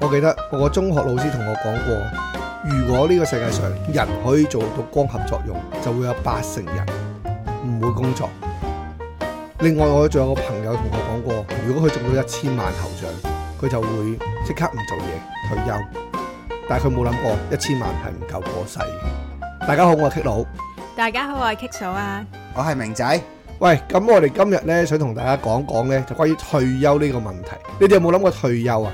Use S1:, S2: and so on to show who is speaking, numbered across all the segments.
S1: 我記得我個中學老師同我講過，如果呢個世界上人可以做到光合作用，就會有八成人唔會工作。另外，我仲有個朋友同我講過，如果佢中到一千萬頭獎，佢就會即刻唔做嘢退休。但係佢冇諗過一千萬係唔夠過世嘅。大家好，我係 K 佬。
S2: 大家好，我係 Kick 嫂啊。
S3: 我係明仔，
S1: 喂，咁我哋今日咧想同大家講講咧，就關於退休呢個問題。你哋有冇諗過退休啊？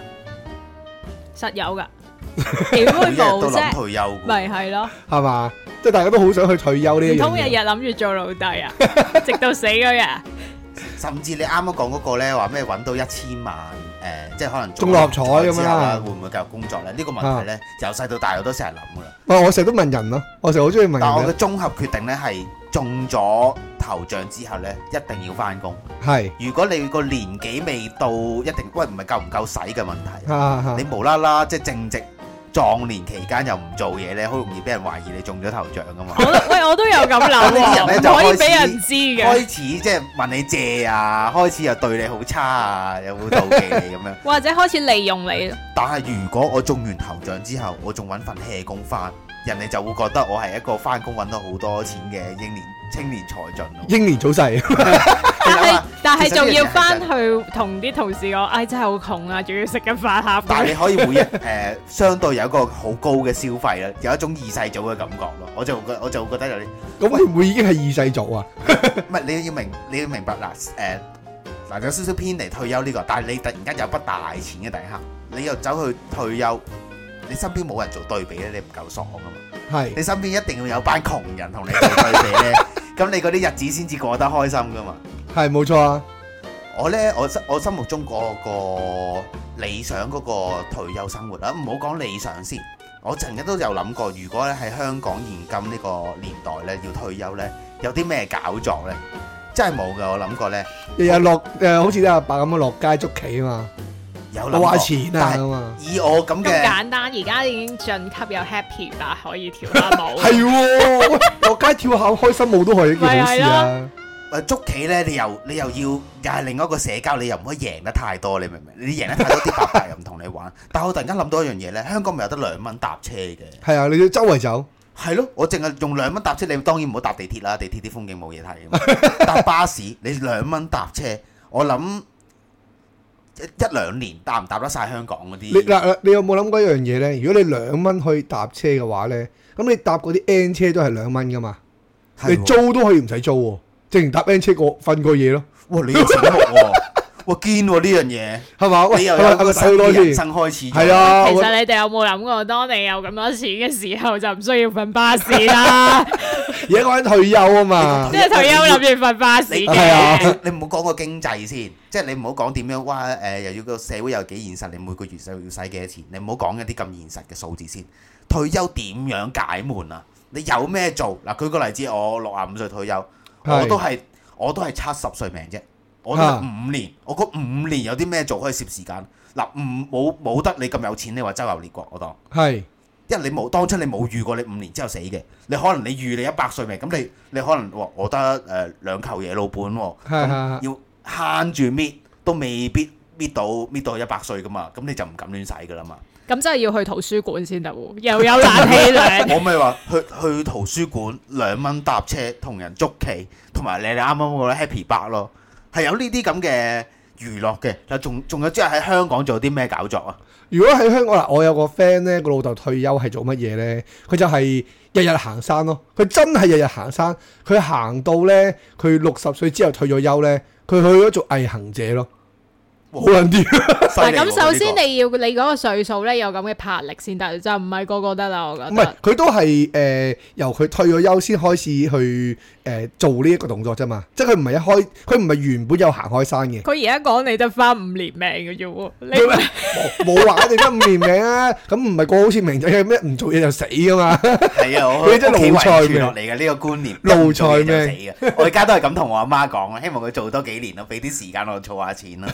S2: 實有噶， 點會
S3: 每日都
S2: 冇
S3: 諗
S2: 啫？
S3: 退休，
S2: 咪係咯，
S1: 係嘛？即係大家都好想去退休呢
S2: 唔
S1: 一樣
S2: 通日日
S1: 嘢。
S2: 諗住做老弟 啊，直到死嗰日。
S3: 甚至你啱啱講嗰個咧話咩揾到一千萬，誒，即係可能
S1: 中六合彩咁啊樣
S3: 之後
S1: 啦
S3: 啦，會唔會繼續工作咧？呢個問題咧，由細到大我都成日諗噶啦。
S1: 喂，我成日都問人咯，我成日好中意問
S3: 但係我
S1: 人
S3: 嘅綜合決定咧係中咗頭獎之後咧，一定要翻工。
S1: 嘅，
S3: 如果你個年紀未到，一定喂唔係夠唔夠使嘅問
S1: 係
S3: 題。
S1: 啊
S3: 你無啦啦即係正值壯年期間又唔做嘢咧，好容易俾人懷疑你中咗頭獎噶嘛
S2: 我。都喂，我都有咁 諗
S3: 呢啲人咧
S2: 喎，
S3: 就
S2: 唔可以
S3: 開始
S2: 俾人知嘅？
S3: 開。始即係問你借啊，開始又對你好差啊，有冇妒忌你咁樣
S2: 或者開始利用你咯，
S3: 但係如果我中完頭獎之後，我仲揾份 hea 工翻，人哋就會覺得我係一個翻工揾到好多錢嘅英年青年才俊咯。啊
S1: 英年早逝。
S3: 你
S2: 但
S3: 諗
S2: 係
S3: 下
S2: 但係
S3: 其實呢
S2: 仲
S3: 樣
S2: 要
S3: 嘢係
S2: 翻
S3: 真
S2: 去同啲同事講，唉真係好窮啊，仲要食緊飯盒
S3: 但係
S2: 咁
S3: 你可以每日誒、呃相對有一個好高嘅消費啦，有一種二世祖嘅感覺咯。我就覺我就覺得有啲
S1: 咁會唔會已經係二世族啊？
S3: 唔係你要明你要明白嗱誒嗱有少少偏離退休呢、個，但係你突然間有筆大錢嘅底下，你又走去退休，你身邊冇人做對比咧，你唔夠爽啊嘛！
S1: 係
S3: 你身邊一定要有班窮人同你做對比咧，咁你嗰啲日子先至過得開心噶嘛。
S1: 係冇錯啊。
S3: 我呢，我心我心目中嗰個理想嗰個退休生活啦，唔好講理想先。我曾經都有諗過，如果咧喺香港現今呢個年代呢，要退休呢，有啲咩搞作呢？真係冇㗎，我諗過呢。
S1: 日日落誒，好似啲阿伯咁樣落街捉棋啊嘛，
S3: 有諗
S1: 攞下
S3: 過，
S1: 錢啊
S3: 但係
S1: 咁啊。
S3: 以我咁
S2: 咁
S3: 嘅
S2: 簡單。而家已經晉級有 happy，但係可以跳下 舞。
S1: 係喎， 喂落街跳下開心舞都係一件好事啊。
S3: 誒捉棋呢，你又你又要又係另一個社交，你又唔可以贏得太多，你明唔明？你贏得太多啲伯伯又唔同你玩。 但係我突然間諗到一樣嘢呢，香港咪有得兩蚊搭車嘅。
S1: 係啊，你要周圍走。
S3: 係咯，我淨係用兩蚊搭車，你當然唔好搭地鐵啦，地鐵啲風景冇 嘢睇㗎嘛。搭巴士你兩蚊搭車，我諗一一兩年搭唔搭得晒香港嗰
S1: 你
S3: 啲？
S1: 嗱，你有冇諗過一樣嘢咧？如果你兩蚊去搭車嘅話咧，咁你搭嗰啲 N 車都係兩蚊噶嘛，
S3: 係
S1: 你
S3: 喎
S1: 租都可以唔使租喎，直然搭 N 車過瞓過夜咯，
S3: 哇，你有醒目 喎，哇堅喎呢
S1: 係嘛？
S3: 樣嘢，
S1: 喂，
S3: 你又
S1: 係咪
S3: 有一
S1: 係咪
S3: 個新
S1: 睇多
S3: 嘅人
S1: 先？
S3: 生開始咗。
S1: 係啊，
S2: 其
S1: 我
S2: 實你哋有冇諗過，當你有咁多錢嘅時候，就唔需要瞓巴士啦，
S1: 而家講緊退休啊嘛
S2: 即，係退休諗住瞓巴士
S3: 你
S1: 係啊
S2: 嘅。
S3: 你唔好講個經濟先，即係你唔好講點樣哇誒、又要個社會有幾現實，你每個月就要使幾多錢，你唔好講一啲咁現實嘅數字先。退休點樣解悶啊？你有咩做嗱？舉個例子，我六啊五歲退休，我都
S1: 係
S3: 係我都係七十歲命啫，我都
S1: 啊
S3: 係五年，我嗰五年有啲咩做可以攝時間嗱？唔冇冇得你咁有錢，你話周遊列國我當。
S1: 係
S3: 因為你冇當初你冇遇過你五年之後死嘅，你可能你預你一百歲命，咁你你可能哇我得誒兩球嘢老本喎，
S1: 係
S3: 咁
S1: 係
S3: 要慳住搣都未必搣到搣到一百歲噶嘛，咁你就唔敢亂使噶啦嘛。
S2: 咁真係要去圖書館先得喎，又有冷氣涼。
S3: 我咪話去去圖書館兩蚊搭車同人捉棋，同埋你哋啱啱嗰個 Happy 伯咯，係有呢啲咁嘅娛樂嘅。嗱，仲仲有即係喺香港做啲咩搞作啊？
S1: 如果喺香港嗱，我有個 friend 咧，個老豆退休係做乜嘢咧？佢就係日日行山咯。佢真係日日行山，佢行到咧，佢六十歲之後退咗休咧，佢去咗做毅行者咯，好
S3: 哇
S1: 撚啲。
S3: 犀
S2: 嗱，
S3: 利
S2: 咁
S3: 喎
S2: 首
S3: 呢
S2: 先
S3: 個
S2: 你要你嗰個歲數咧有咁嘅魄力先得，就唔係個個得啦，我覺
S1: 唔係
S2: 得。，
S1: 佢都係誒、呃由佢退咗休先開始去誒、呃做呢一個動作啫嘛，即係佢唔係一開，佢唔係原本有行開山嘅，
S2: 佢而家講你得翻五年命嘅啫喎，你
S1: 佢冇冇話你得五年命啊，咁唔係個好似明仔咁咩唔做嘢就死噶嘛，
S3: 係啊，我
S1: 佢真係奴才
S3: 屋企遺
S1: 命
S3: 傳落嚟嘅呢個觀念，
S1: 奴才命
S3: 一做嘢就死嘅。我而家都係咁同我阿媽講，希望佢做多幾年咯，俾啲時間我儲 下錢咯。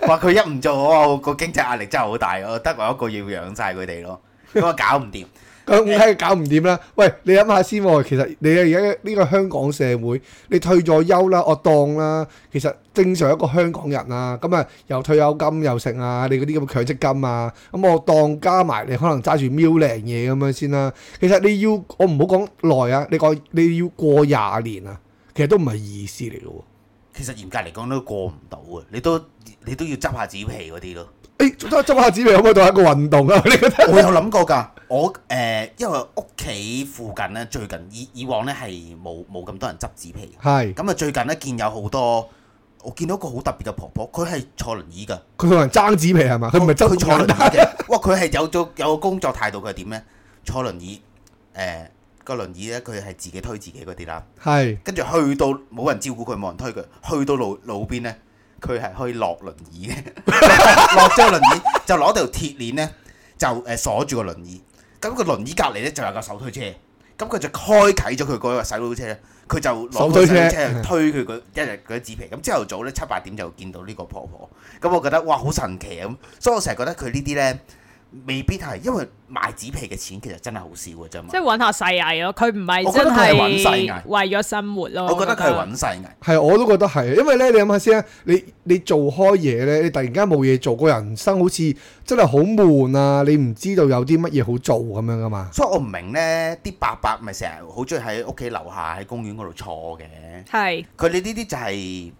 S3: 話佢一唔做，我個經濟壓力真係好大，我得我一個要養晒佢哋咯，咁啊搞唔掂。
S1: 咁梗係搞唔掂啦。喂，你諗下先喎，其實你而家呢個香港社會，你退咗休啦，我當啦，其實正常一個香港人啊，咁啊又退休金又剩啊，你嗰啲咁嘅強積金啊，咁我當加埋你可能揸住喵零嘢咁樣先啦。其實你要我唔好講耐啊，你講你要過廿年啊，其實都唔係易事嚟嘅喎。
S3: 其實嚴格嚟講都過唔到嘅，你都你都要執下紙皮嗰 啲咯。
S1: 誒，執執下紙皮可唔可以當一個運動 啊？你覺得？
S3: 我有諗過㗎，我誒、呃因為屋企附近咧，最近以以往咧係冇冇咁多人執紙皮嘅，
S1: 係，
S3: 咁啊最近咧見有好多，我見到個好特別嘅婆婆，佢係坐輪椅㗎，
S1: 佢同人爭紙皮係嘛？佢唔係
S3: 哦佢
S1: 執
S3: 坐輪椅嘅， 哇！佢係有咗有個工作態度，佢係點咧？坐輪椅誒個、輪椅咧，佢係自己推自己嗰啲啦，
S1: 係
S3: 跟住去到冇人照顧佢，冇人推佢，去到路路邊咧，佢係可以落輪 椅嘅，落咗個輪椅就攞條鐵鏈咧，就誒鎖住個輪椅。咁個輪椅隔離咧就有個手推車，咁佢就開啟咗佢嗰個手推車咧，佢就攞
S1: 手
S3: 個
S1: 推
S3: 手
S1: 車
S3: 推車推 佢嗰一日嗰啲紙皮。咁朝頭早咧七八點就見到呢個婆婆，咁我覺得哇好神奇啊咁，所以我成日覺得佢呢啲咧未必係因為賣紙皮嘅錢其實真係好少嘅啫嘛
S2: 即係。揾下細藝咯，佢唔係
S3: 我覺
S2: 真
S3: 得佢係
S2: 係
S3: 揾細藝
S2: 為咗生活咯。
S3: 我覺得佢係揾世藝。
S1: 係，我都覺得係，因為咧，你諗下先啊，你你做開嘢咧，你突然間冇嘢做，個人生好似真係好悶啊！你唔知道有啲乜嘢好做咁樣噶嘛？
S3: 所以我唔明呢啲伯伯咪成日好中意喺屋企樓下喺公園嗰度坐嘅。
S2: 係
S3: 佢哋呢啲就係、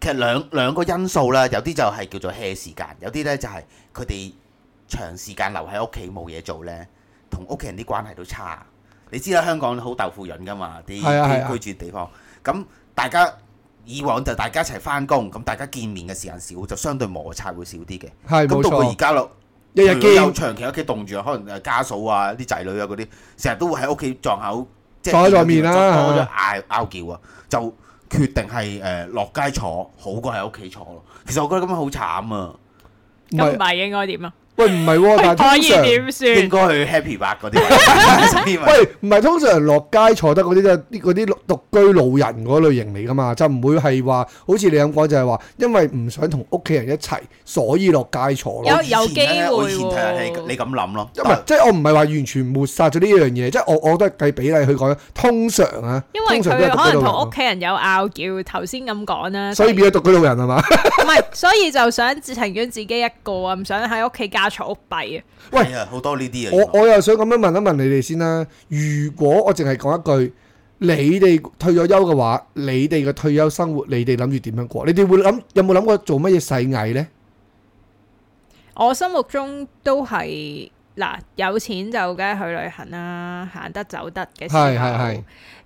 S3: 其實兩兩個因素啦，有啲就係叫做 hea 時間，有啲呢就係佢哋長時間留喺屋企冇嘢做呢，同屋企人啲關係都差。你知啦，香港好豆腐潤噶嘛，啲
S1: 係啊係啊
S3: 啲居住地方。咁大家以往就大家一齊翻工，咁大家見面嘅時間少，就相對摩擦會少啲嘅。
S1: 係冇
S3: 咁到佢而
S1: 錯，
S3: 家咯。
S1: 日日
S3: 佢有
S1: 見，
S3: 長期喺屋企凍住，可能誒家嫂啊、啲仔女啊嗰啲，成日都會喺屋企撞口，即
S1: 坐喺外面啦
S3: 啊撞咗
S1: 係嘛
S3: 嗌拗叫啊，就決定係誒落街坐，好過喺屋企坐咯。其實我覺得咁樣好慘啊，
S1: 唔
S2: 咁唔
S1: 係
S2: 係應該點啊？
S1: 喂唔係喎，但
S2: 可以
S1: 係通常。
S2: 點
S3: 應
S2: 算？
S3: 該去 Happy 白嗰啲 位所以咪，
S1: 喂，唔係通常落街坐得嗰啲就啲嗰啲獨居老人嗰類型嚟噶嘛，就唔會係話好似你咁講就係話，因為唔想同屋企人一齊，所以落街坐咯。
S2: 有
S3: 我以前
S2: 有機會
S3: 我以前睇
S2: 喎
S3: 你你咁諗咯，
S1: 因為即係我唔係話完全抹殺咗呢樣嘢，即係我我都係計比例去講，通常啊，
S2: 因為
S1: 通
S2: 佢
S1: 常都係獨
S2: 可
S1: 居老
S2: 能同
S1: 人
S2: 屋企人有拗撬，頭先咁講啦，
S1: 啊，所以變咗獨居老人係嘛？
S2: 唔係，所以就想情願自己一個啊，唔想喺屋企家嘈屋閉啊。
S1: 喂
S3: 係啊，好多呢啲啊
S1: 我
S3: 原來。
S1: 我又想咁樣問一問你哋先啦。如果我淨係講一句，你哋退咗休嘅話，你哋嘅退休生活，你哋諗住點樣過？你哋會諗有冇諗過做乜嘢細藝呢？
S2: 我心目中都係嗱，有錢就梗係去旅行啦，行得走得嘅時候。
S1: 係係係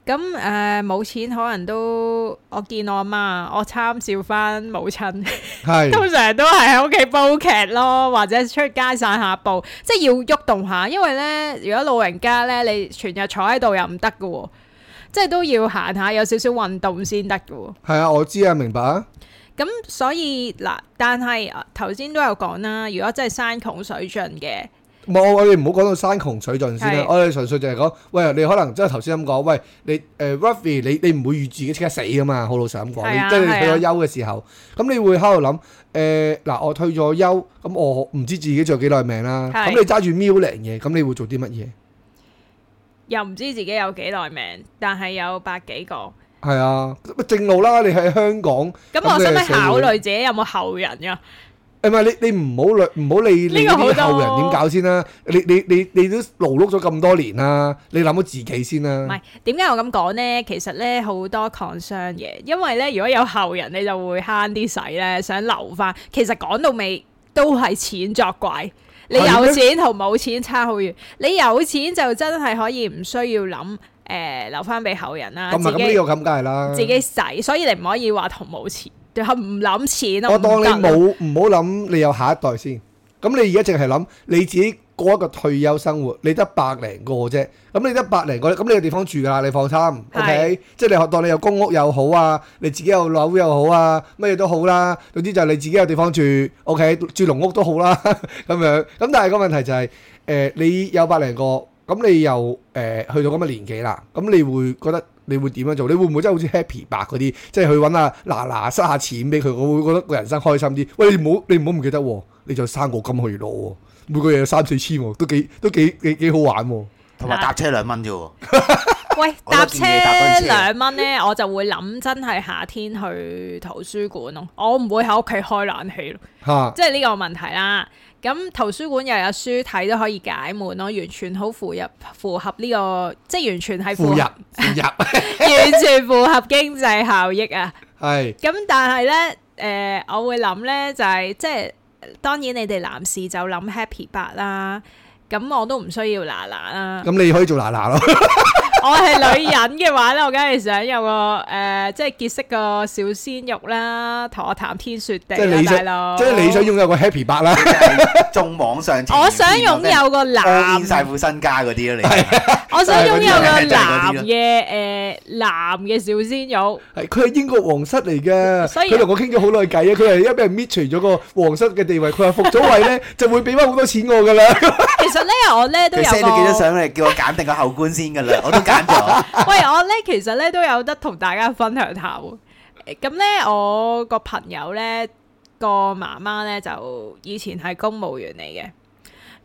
S2: 咁誒，呃冇、錢可能都我見我阿媽，我參照翻母親，
S1: 係
S2: 通常都係喺屋企煲劇咯，或者出街散下步，即係要喐動下。因為呢，如果老人家呢，你全日坐喺度又唔得嘅喎，即係都要行下，有少少運動先得嘅喎。
S1: 係啊，我知啊，明白啊，
S2: 咁所以嗱，但係啊頭先都有講啦，如果真係山窮水盡嘅，
S1: 冇我哋唔好講到山窮水盡先啦
S2: 係，
S1: 我哋純粹就係講，喂，你可能真係頭先咁講，喂，你誒 r u f f y 你你唔會預自己即刻死噶嘛，好老實咁講，
S2: 係
S1: 你
S2: 啊
S1: 即係你
S2: 係啊
S1: 退咗休嘅時候，咁你會喺度諗，誒嗱，我退咗休，咁我唔知自己仲有幾耐命啦，
S2: 係
S1: 咁你揸住 m i l 零嘢，咁你會做啲乜嘢？
S2: 又唔知自己有幾耐命，但係有百幾個，
S1: 係啊，咁正路啦！你喺香港，誒
S2: 咁
S1: 咁
S2: 我
S1: 你
S2: 使唔
S1: 係
S2: 使
S1: 社會
S2: 考慮自己有冇後人啊？
S1: 唔係你你唔好理唔好理你
S2: 呢個好
S1: 啲
S2: 多
S1: 後人點搞先啦！你你你你都勞碌咗咁多年啦，你諗到自己先
S2: 唔
S1: 啦。
S2: 係點解我咁講呢？其實呢，好多 concern 嘅，因為呢，如果有後人，你就會慳啲使呢，想留翻。其實講到尾都係錢作怪。你
S1: 係
S2: 有
S1: 咩
S2: 錢同冇錢差好遠。你有錢就真係可以唔需要諗，誒、留翻俾後人啦。
S1: 咁啊，
S2: 自己
S1: 咁呢個咁梗係啦。
S2: 自己使，所以你唔可以話同冇錢，唔諗錢咯。
S1: 我當你
S2: 唔得
S1: 冇
S2: 咯
S1: 唔好諗，你有下一代先。咁你而家淨係諗你自己過一個退休生活，你得百零個啫。咁你得百零個，咁你有地方住㗎啦，你放心。
S2: 係
S1: OK，即係你學當你有公屋又好啊，你自己有樓又好啊，乜嘢都好啦。總之就係你自己有地方住，OK，住農屋都好啦 咁樣。咁但係個問題就係、誒你有百零個，咁你又誒、去到咁嘅年紀啦，咁你會覺得你會點樣做？你會唔會真係好似 Happy 白嗰啲，即係去揾啊嗱嗱塞下錢俾佢，我會覺得個人生開心啲。喂，你唔好你唔好唔記得喎，你仲有三個金可以攞喎，每個月有三四千喎，都幾都幾幾幾好玩喎。
S3: 同埋搭車兩蚊啫 喎。
S2: 喂，
S3: 我
S2: 搭
S3: 都
S2: 車
S3: 建議搭嗰陣車
S2: 兩蚊咧，我就會諗真係夏天去圖書館咯，我唔會喺屋企開冷氣咯，
S1: 嚇
S2: 即係呢個問題啦。咁圖書館又有書睇都可以解悶咯，完全好符合符合呢、個，即係完全係啊符
S1: 負
S2: 合
S1: 入，負入
S2: 完全符合經濟效益啊！
S1: 係
S2: 咁但係咧，誒、我會諗咧就係、即係當然你哋男士就諗 happy 八啦，咁我都唔需要嗱 嗱啦。
S1: 咁你可以做嗱嗱咯，
S2: 我係女人嘅話咧，我梗係想有個誒、即係結識個小鮮肉啦，同我談天說地
S1: 即係你
S2: 啦，
S1: 想
S2: 大佬。
S1: 即係你想擁有個 happy 八 啦，
S3: 中網上情緣
S2: 我想
S3: 片啊
S2: 擁有個
S3: ，all
S2: 男
S3: in 晒副身家嗰啲咯，你
S2: 我想擁有個
S3: 就係
S2: 男
S3: 嗰啲啦
S2: 嘅誒、男嘅小鮮肉，
S1: 係佢係英國皇室嚟嘅，
S2: 所以
S1: 佢同我傾咗好耐偈啊，佢係因為俾人搣除咗個皇室嘅地位，佢話服咗位 咧就會俾翻好多錢我㗎啦，
S2: 其實咧我咧都
S3: 佢
S2: 有
S3: send 咗幾
S2: 個
S3: 多。相啊嚟，叫我揀定個後冠先㗎啦，我都揀 咗。
S2: 喂，我咧其實咧都有得同大家分享下喎。誒咁咧，我個朋友咧個媽媽咧就以前係公務員嚟嘅，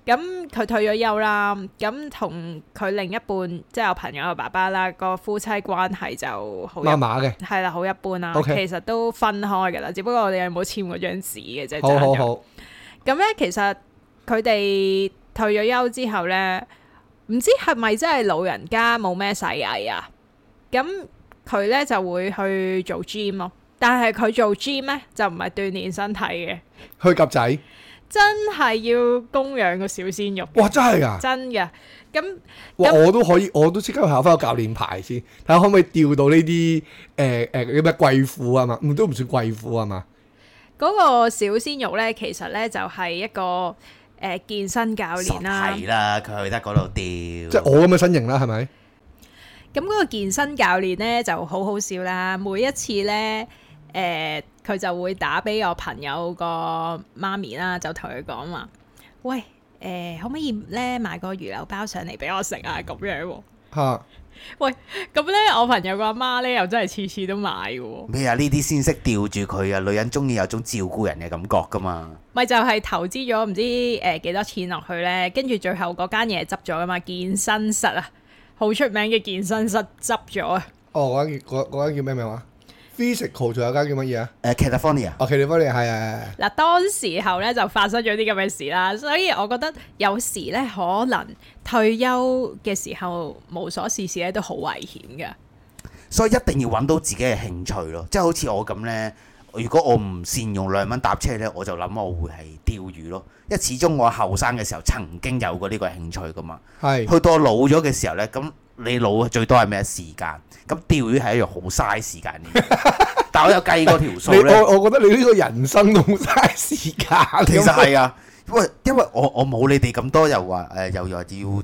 S2: 咁佢退咗休啦，咁同佢另一半即係我朋友嘅爸爸啦，個夫妻關係就好一
S1: 麻麻嘅，
S2: 係啦，好一般啦
S1: OK
S2: 其實都分開㗎啦，只不過我哋有冇簽嗰張紙嘅啫，
S1: 好
S2: 爭
S1: 好
S2: 咗
S1: 好，
S2: 咁咧，其實佢哋退咗休之後咧，唔知係咪真係老人家冇咩細藝啊？咁佢咧就會去做 gym 咯，但係佢做 gym 咧就唔係鍛鍊身體嘅，
S1: 去夾仔，
S2: 真係要供養個小鮮肉，
S1: 哇真係㗎！
S2: 真嘅。咁
S1: 哇！
S2: 咁
S1: 我都可以，我都即刻考翻個教練牌先，睇下可唔可以調到呢啲誒誒咩貴婦啊嘛，唔都唔算貴婦啊
S2: 嗯
S1: 嘛，
S2: 嗰個小鮮肉咧，其實咧就係一個誒、呃健身教練啦。
S3: 係啦，佢去得嗰度屌。
S1: 即係我咁嘅身形啦，係咪？
S2: 咁嗰個健身教練咧就好好笑啦，每一次咧，誒、佢就會打俾我朋友個媽咪啦，就同佢講話：，喂，誒、可唔可以咧買個魚柳包上嚟俾我食啊？咁樣喎、
S1: 嚇
S2: 咁咧我朋友個阿媽咧又真係次次都買嘅喎，
S3: 咩啊？呢啲先識吊住佢啊！女人中意有種照顧人嘅感覺㗎嘛。
S2: 咪就係投資咗唔知誒幾、多錢落去咧，跟住最後嗰間嘢執咗啊嘛，健身室啊，好出名嘅健身室執咗啊！
S1: 哦，嗰間叫嗰嗰間叫咩名話？Physical 仲有間叫乜嘢啊？
S3: 誒 California
S1: 哦，其你翻嚟係係係
S2: 嗱，當時候咧就發生咗啲咁嘅事啦，所以我覺得有時咧可能退休嘅時候無所事事咧都好危險嘅。
S3: 所以一定要揾到自己嘅興趣咯，即係好似我咁呢，如果我唔善用兩蚊搭車呢，我就諗我會係釣魚咯。因為始終我後生嘅時候曾經有過呢個興趣噶嘛，
S1: 係
S3: 去到我老咗嘅時候呢，咁你老最多係咩時間？咁釣魚係一樣好嘥時間嘅嘢， 但我有計過條
S1: 你
S3: 數呢，
S1: 我我覺得你呢個人生都好嘥時間咁。
S3: 其實係啊，因為因為我我冇你哋咁多又話誒、又又話要誒、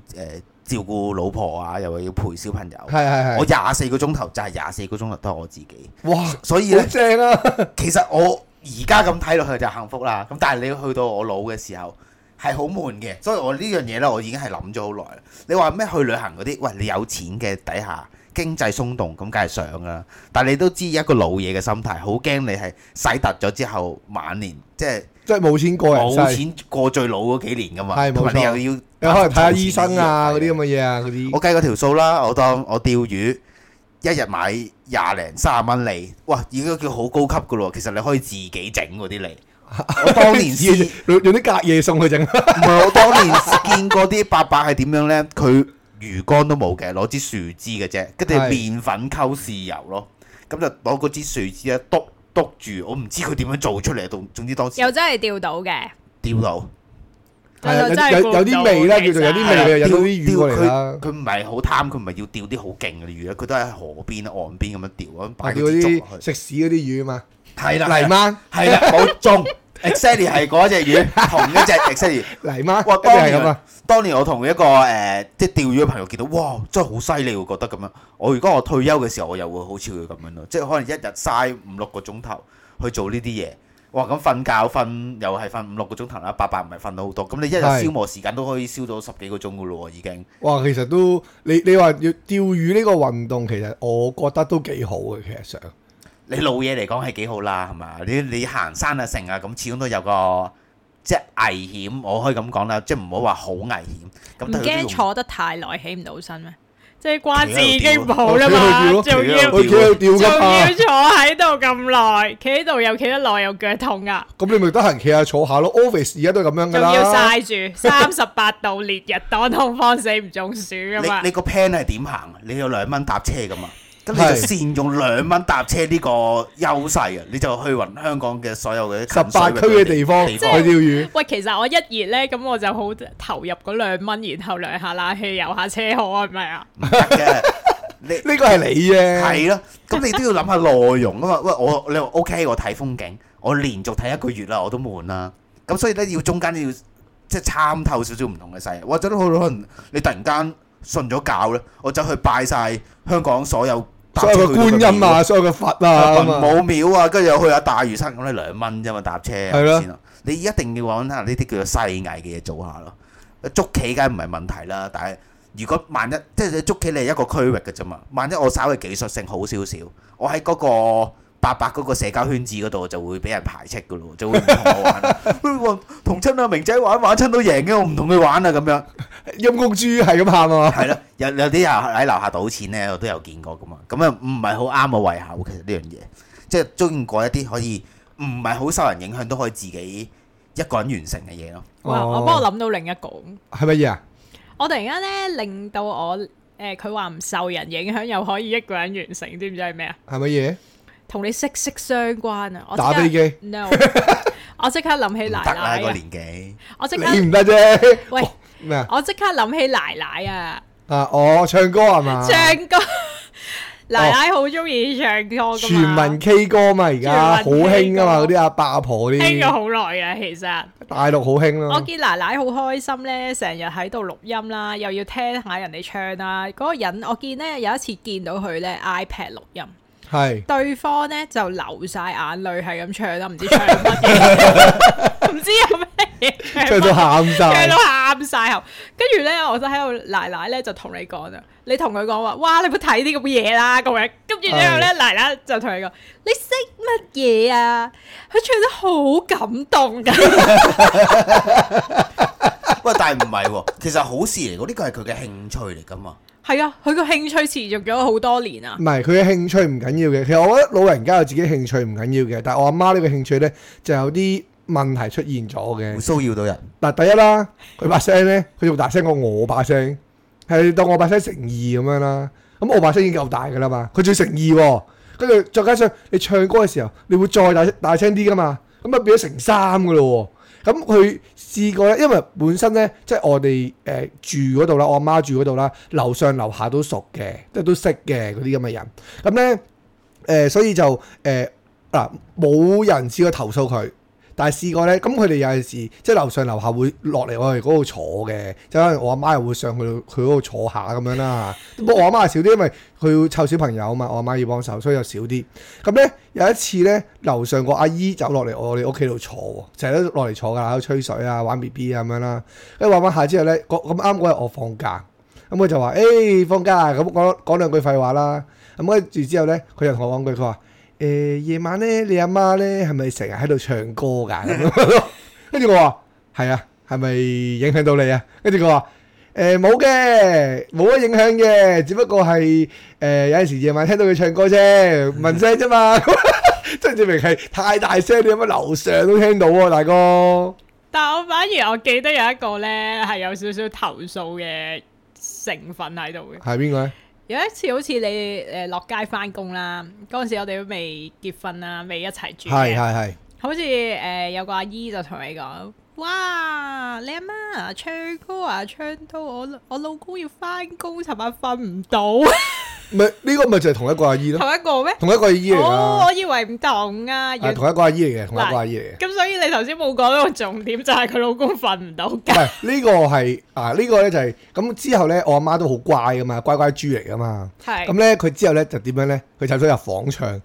S3: 照顧老婆啊，又話要陪小朋友，
S1: 係係
S3: 我
S1: 係，
S3: 廿四個鐘頭就係廿四個鐘頭都係我自己，
S1: 哇！
S3: 所以呢
S1: 好。正啊！
S3: 其實我而家咁睇落去就幸福啦，咁但係你去到我老嘅時候係好悶嘅，所以我呢樣嘢呢，我已經係諗咗好耐啦。你話咩去旅行嗰啲，喂你有錢嘅底下經濟鬆動，咁梗係上㗎啦。但係你都知一個老嘢嘅心態，好驚你係使突咗之後晚年即係
S1: 即係冇錢過人
S3: 冇
S1: 世，
S3: 錢過最老嗰幾年㗎嘛，
S1: 係冇錯
S3: 同埋你又要
S1: 有可能睇下醫生啊嗰啲咁嘅嘢啊嗰啲。
S3: 我計過條數啦，我當我釣魚一日買廿零三十蚊嚟，哇！已經叫好高級噶咯。其實你可以自己整 嗰啲嚟。我當年試，唔
S1: 用用啲隔夜餸去整，
S3: 係我當年見過啲伯伯係點樣呢？佢魚竿都冇嘅，攞支樹枝嘅啫，跟住
S1: 係
S3: 麵粉溝豉油咯，咁就攞嗰支樹枝咧篤篤住。我唔知佢點樣做出嚟，總總之當時
S2: 又真係釣到嘅，
S3: 釣到。
S1: 係
S2: 就啊真係
S1: 有有有啲味啦，
S2: 估
S1: 叫
S2: 唔到
S1: 做有啲
S2: 其
S1: 味，
S2: 實
S1: 你又
S3: 係啊
S1: 引到啲魚過嚟啦
S3: 釣。佢佢唔係好貪，佢唔係要釣啲好勁嘅魚咧，佢都喺河邊、岸邊咁樣釣，咁擺
S1: 係
S3: 嗰
S1: 啊叫
S3: 啲竹
S1: 啲
S3: 落去。
S1: 食屎嗰啲魚啊
S3: 係
S1: 嘛，
S3: 啦，
S1: 泥鰻
S3: 係啦，冇中。exactly 係嗰只魚， 同一隻 exactly。
S1: 泥鰻，
S3: 哇！
S1: 一定
S3: 當
S1: 係咁
S3: 年
S1: 啊！
S3: 當年我同一個誒、呃即係釣魚嘅朋友見到，哇！真係好犀利喎，覺得咁樣。我如果我退休嘅時候，我又會好似佢咁樣咯，即係可能一日嘥五六個鐘頭去做呢啲嘢。哇！咁瞓覺瞓又係瞓五六個鐘頭啦，八百唔係瞓到好多。咁你一日
S1: 係
S3: 消磨時間都可以消到十幾個鐘噶咯喎，已經。
S1: 哇，其實都你你話要釣魚呢個運動，其實我覺得都幾好嘅。其實上
S3: 你老嘢嚟講係幾好啦，係嘛？你你行山啊、成啊，咁始終都有個即係危險，我可以咁講啦，即係唔好話好危險。咁
S2: 唔
S3: 但係佢都要
S2: 驚坐得太耐起唔到身咩？即係關節
S3: 企喺度
S2: 已經
S3: 吊
S2: 唔好啦
S1: 我
S2: 嘛，仲
S1: 企喺度
S2: 要
S3: 吊
S1: 佢企喺度吊
S2: 仲
S1: 㗎
S2: 要
S1: 嘛，
S2: 坐喺度咁耐，企喺度又企得耐又腳痛啊！
S1: 咁你咪得閒企下坐下咯。Office 而家都係咁樣㗎
S2: 仲
S1: 啦。
S2: 要曬住三十八度烈日當空，方死唔中暑啊噶嘛
S3: 你你？個 plan 係點行？你有兩蚊搭車噶嘛？咁你
S1: 係
S3: 就善用兩蚊搭車呢個優勢啊！你就去雲香港嘅所有嘅
S1: 十八區嘅地方去
S3: 地
S1: 釣
S3: 方
S1: 魚，
S2: 喂，其實我一熱咧，咁我就好投入嗰兩蚊，然後兩下冷氣，游下車河，係咪啊？
S3: 唔得嘅。你
S1: 呢個係啊你啫。
S3: 係咯，咁你都要諗下內容啊嘛。喂，我你話 OK，我睇風景，我連續睇一個月啦，我都悶啦。咁所以咧，要中間要即係參透少少唔同嘅世界，或者可能你突然間信咗教咧，我走去拜晒香港所有搭
S1: 所
S3: 車
S1: 有
S3: 去
S1: 嘅
S3: 到嘅
S1: 觀音
S3: 廟
S1: 啊，所有嘅佛啊，
S3: 啊，
S1: 咁啊
S3: 文武廟啊，跟住又去下大嶼山，咁你兩蚊啫嘛搭車，係
S1: 咯
S3: 咪先啊？你一定要揾下呢啲叫做細藝嘅嘢做下咯。捉棋梗係唔係問題啦，但係如果萬一即係你捉棋你係一個區域嘅啫嘛，萬一我稍微技術性好少少，我喺嗰個八百嗰個社交圈子嗰度就會俾人排斥噶咯，就會唔同我玩啦。喂我同親啊明仔玩玩親都贏嘅，我唔同佢玩啊咁樣。
S1: 陰公豬係咁喊啊嘛。
S3: 係咯，有有啲人喺樓下賭錢咧，我都有見過噶嘛。咁啊，唔係好啱我胃口，其實呢樣嘢，即係中意過一啲可以唔係好受人影響，都可以自己一個人完成嘅嘢咯。
S2: 哇！我幫我諗到另一個，
S1: 哦係乜嘢啊？
S2: 我突然間咧令到我誒，佢話唔受人影響又可以一個人完成，知唔知係咩啊？
S1: 係乜
S2: 同你息息相關啊！
S1: 嘢？
S2: 我即
S1: 打
S2: 刻
S1: 飛機
S2: no，我即刻諗起
S3: 唔
S2: 奶
S3: 得啦，
S2: 奶
S3: 個
S2: 啊！
S3: 年紀
S2: 我即刻
S1: 你唔得啫。
S2: 喂，
S1: 咩啊？
S2: 我即刻諗起奶奶啊！
S1: 啊，我唱歌係嘛？
S2: 唱歌，奶奶好中意唱歌噶
S1: 全民
S2: 嘛，
S1: K 歌嘛，而家好
S2: 全民 K
S1: 興啊嘛，
S2: 歌
S1: 嗰啲阿伯阿婆嗰
S2: 聽咗
S1: 啲，
S2: 好耐啊，其實。
S1: 大陸好興
S2: 我
S1: 咯。
S2: 見奶奶好開心咧，成日喺度錄音啦，又要聽下人哋唱啦。嗰、個人我見咧有一次見到佢咧 iPad 錄音，
S1: 係
S2: 對方咧就流晒眼淚，係咁唱啦，唔知唱乜 嘢，唔知有咩嘢唱
S1: 唱到喊
S2: 唱到
S1: 晒，
S2: 喊晒後，跟住咧我就喺度奶奶咧就同你講啊，你同佢講話，哇你冇睇啲咁嘅嘢啦咁樣，跟住之後咧奶奶就同你講，你識乜嘢啊？佢唱得好感動㗎，
S3: 喂，但係唔係喎，其實好事嚟喎，呢個係佢嘅興趣嚟 噶嘛。
S2: 係啊，佢個興趣持續咗好多年啊
S1: 唔。係佢嘅興趣唔緊要嘅。其實我覺得老人家有自己興趣唔緊要嘅，但係我阿媽呢個興趣呢，就有啲問題出現咗
S3: 會
S1: 嘅。
S3: 騷擾到人，
S1: 嗱，第一啦，佢把聲呢，佢仲大聲過我把聲，係當我把聲成二咁樣啦。咁我把聲已經夠大㗎啦嘛，佢仲要成二喎。跟住再加上你唱歌嘅時候，你會再大大聲啲㗎嘛，咁啊變咗成三㗎咯喎。咁佢試過咧，因為本身咧即係我哋誒、呃住嗰度啦，我阿媽住嗰度啦，樓上樓下都熟嘅，即係都識嘅嗰啲咁嘅人。咁咧誒，所以就誒嗱冇人試過投訴佢。但係試過咧，咁佢哋有陣時即係樓上樓下會落嚟我哋嗰度坐嘅，就可能我阿媽又會上去佢嗰度坐下咁樣啦。不過我阿媽係少啲，因為佢要湊小朋友啊嘛，我阿媽要幫手，所以又少啲。咁咧有一次咧，樓上個阿姨走落嚟我哋屋企度坐喎，成日都落嚟坐㗎啦，喺度吹水啊、玩 B B 啊咁樣啦。跟住玩玩下之後咧，嗰咁啱嗰日我放假，咁佢就話：，誒、放假啊！咁講講兩句廢話啦。咁跟住之後咧，佢就同我講句，佢話：誒、夜晚咧，你阿媽咧係咪成日喺度唱歌㗎？咁樣咯跟住我話：係啊，係咪影響到你啊？跟住佢話：誒冇嘅，冇乜影響嘅，只不過係誒、有陣時夜晚聽到佢唱歌啫，聞聲啫嘛。 即係證明係太大聲，你有乜樓上都聽到喎、大哥。
S2: 但我反而我記得有一個咧係有少少投訴嘅成分喺度嘅。
S1: 係邊個咧？
S2: 有一次好似你誒落街翻工啦，嗰陣時我哋都未結婚啦，未一齊住嘅
S1: 係係係。
S2: 好似誒、呃有個阿姨就同你講：，哇，你阿媽啊唱歌啊，唱到我我老公要翻工，尋晚瞓唔到，
S1: 咪呢個咪就係同一個阿姨咯，
S2: 同一個咩？
S1: 同一個阿姨嚟
S2: 哦，
S1: 噶，
S2: 我以為唔同啊，
S1: 係
S2: 原
S1: 啊同一個阿姨嚟嘅，同一個阿姨嚟嘅。
S2: 咁所以你頭先冇講到個重點，就係佢老公瞓唔到
S1: 唔
S2: 覺。
S1: 係呢個係啊，呢個咧就係咁之後咧，我阿媽都好乖噶嘛，乖乖豬嚟噶嘛。
S2: 係
S1: 咁啊咧佢之後咧就點樣咧？佢走咗入房唱，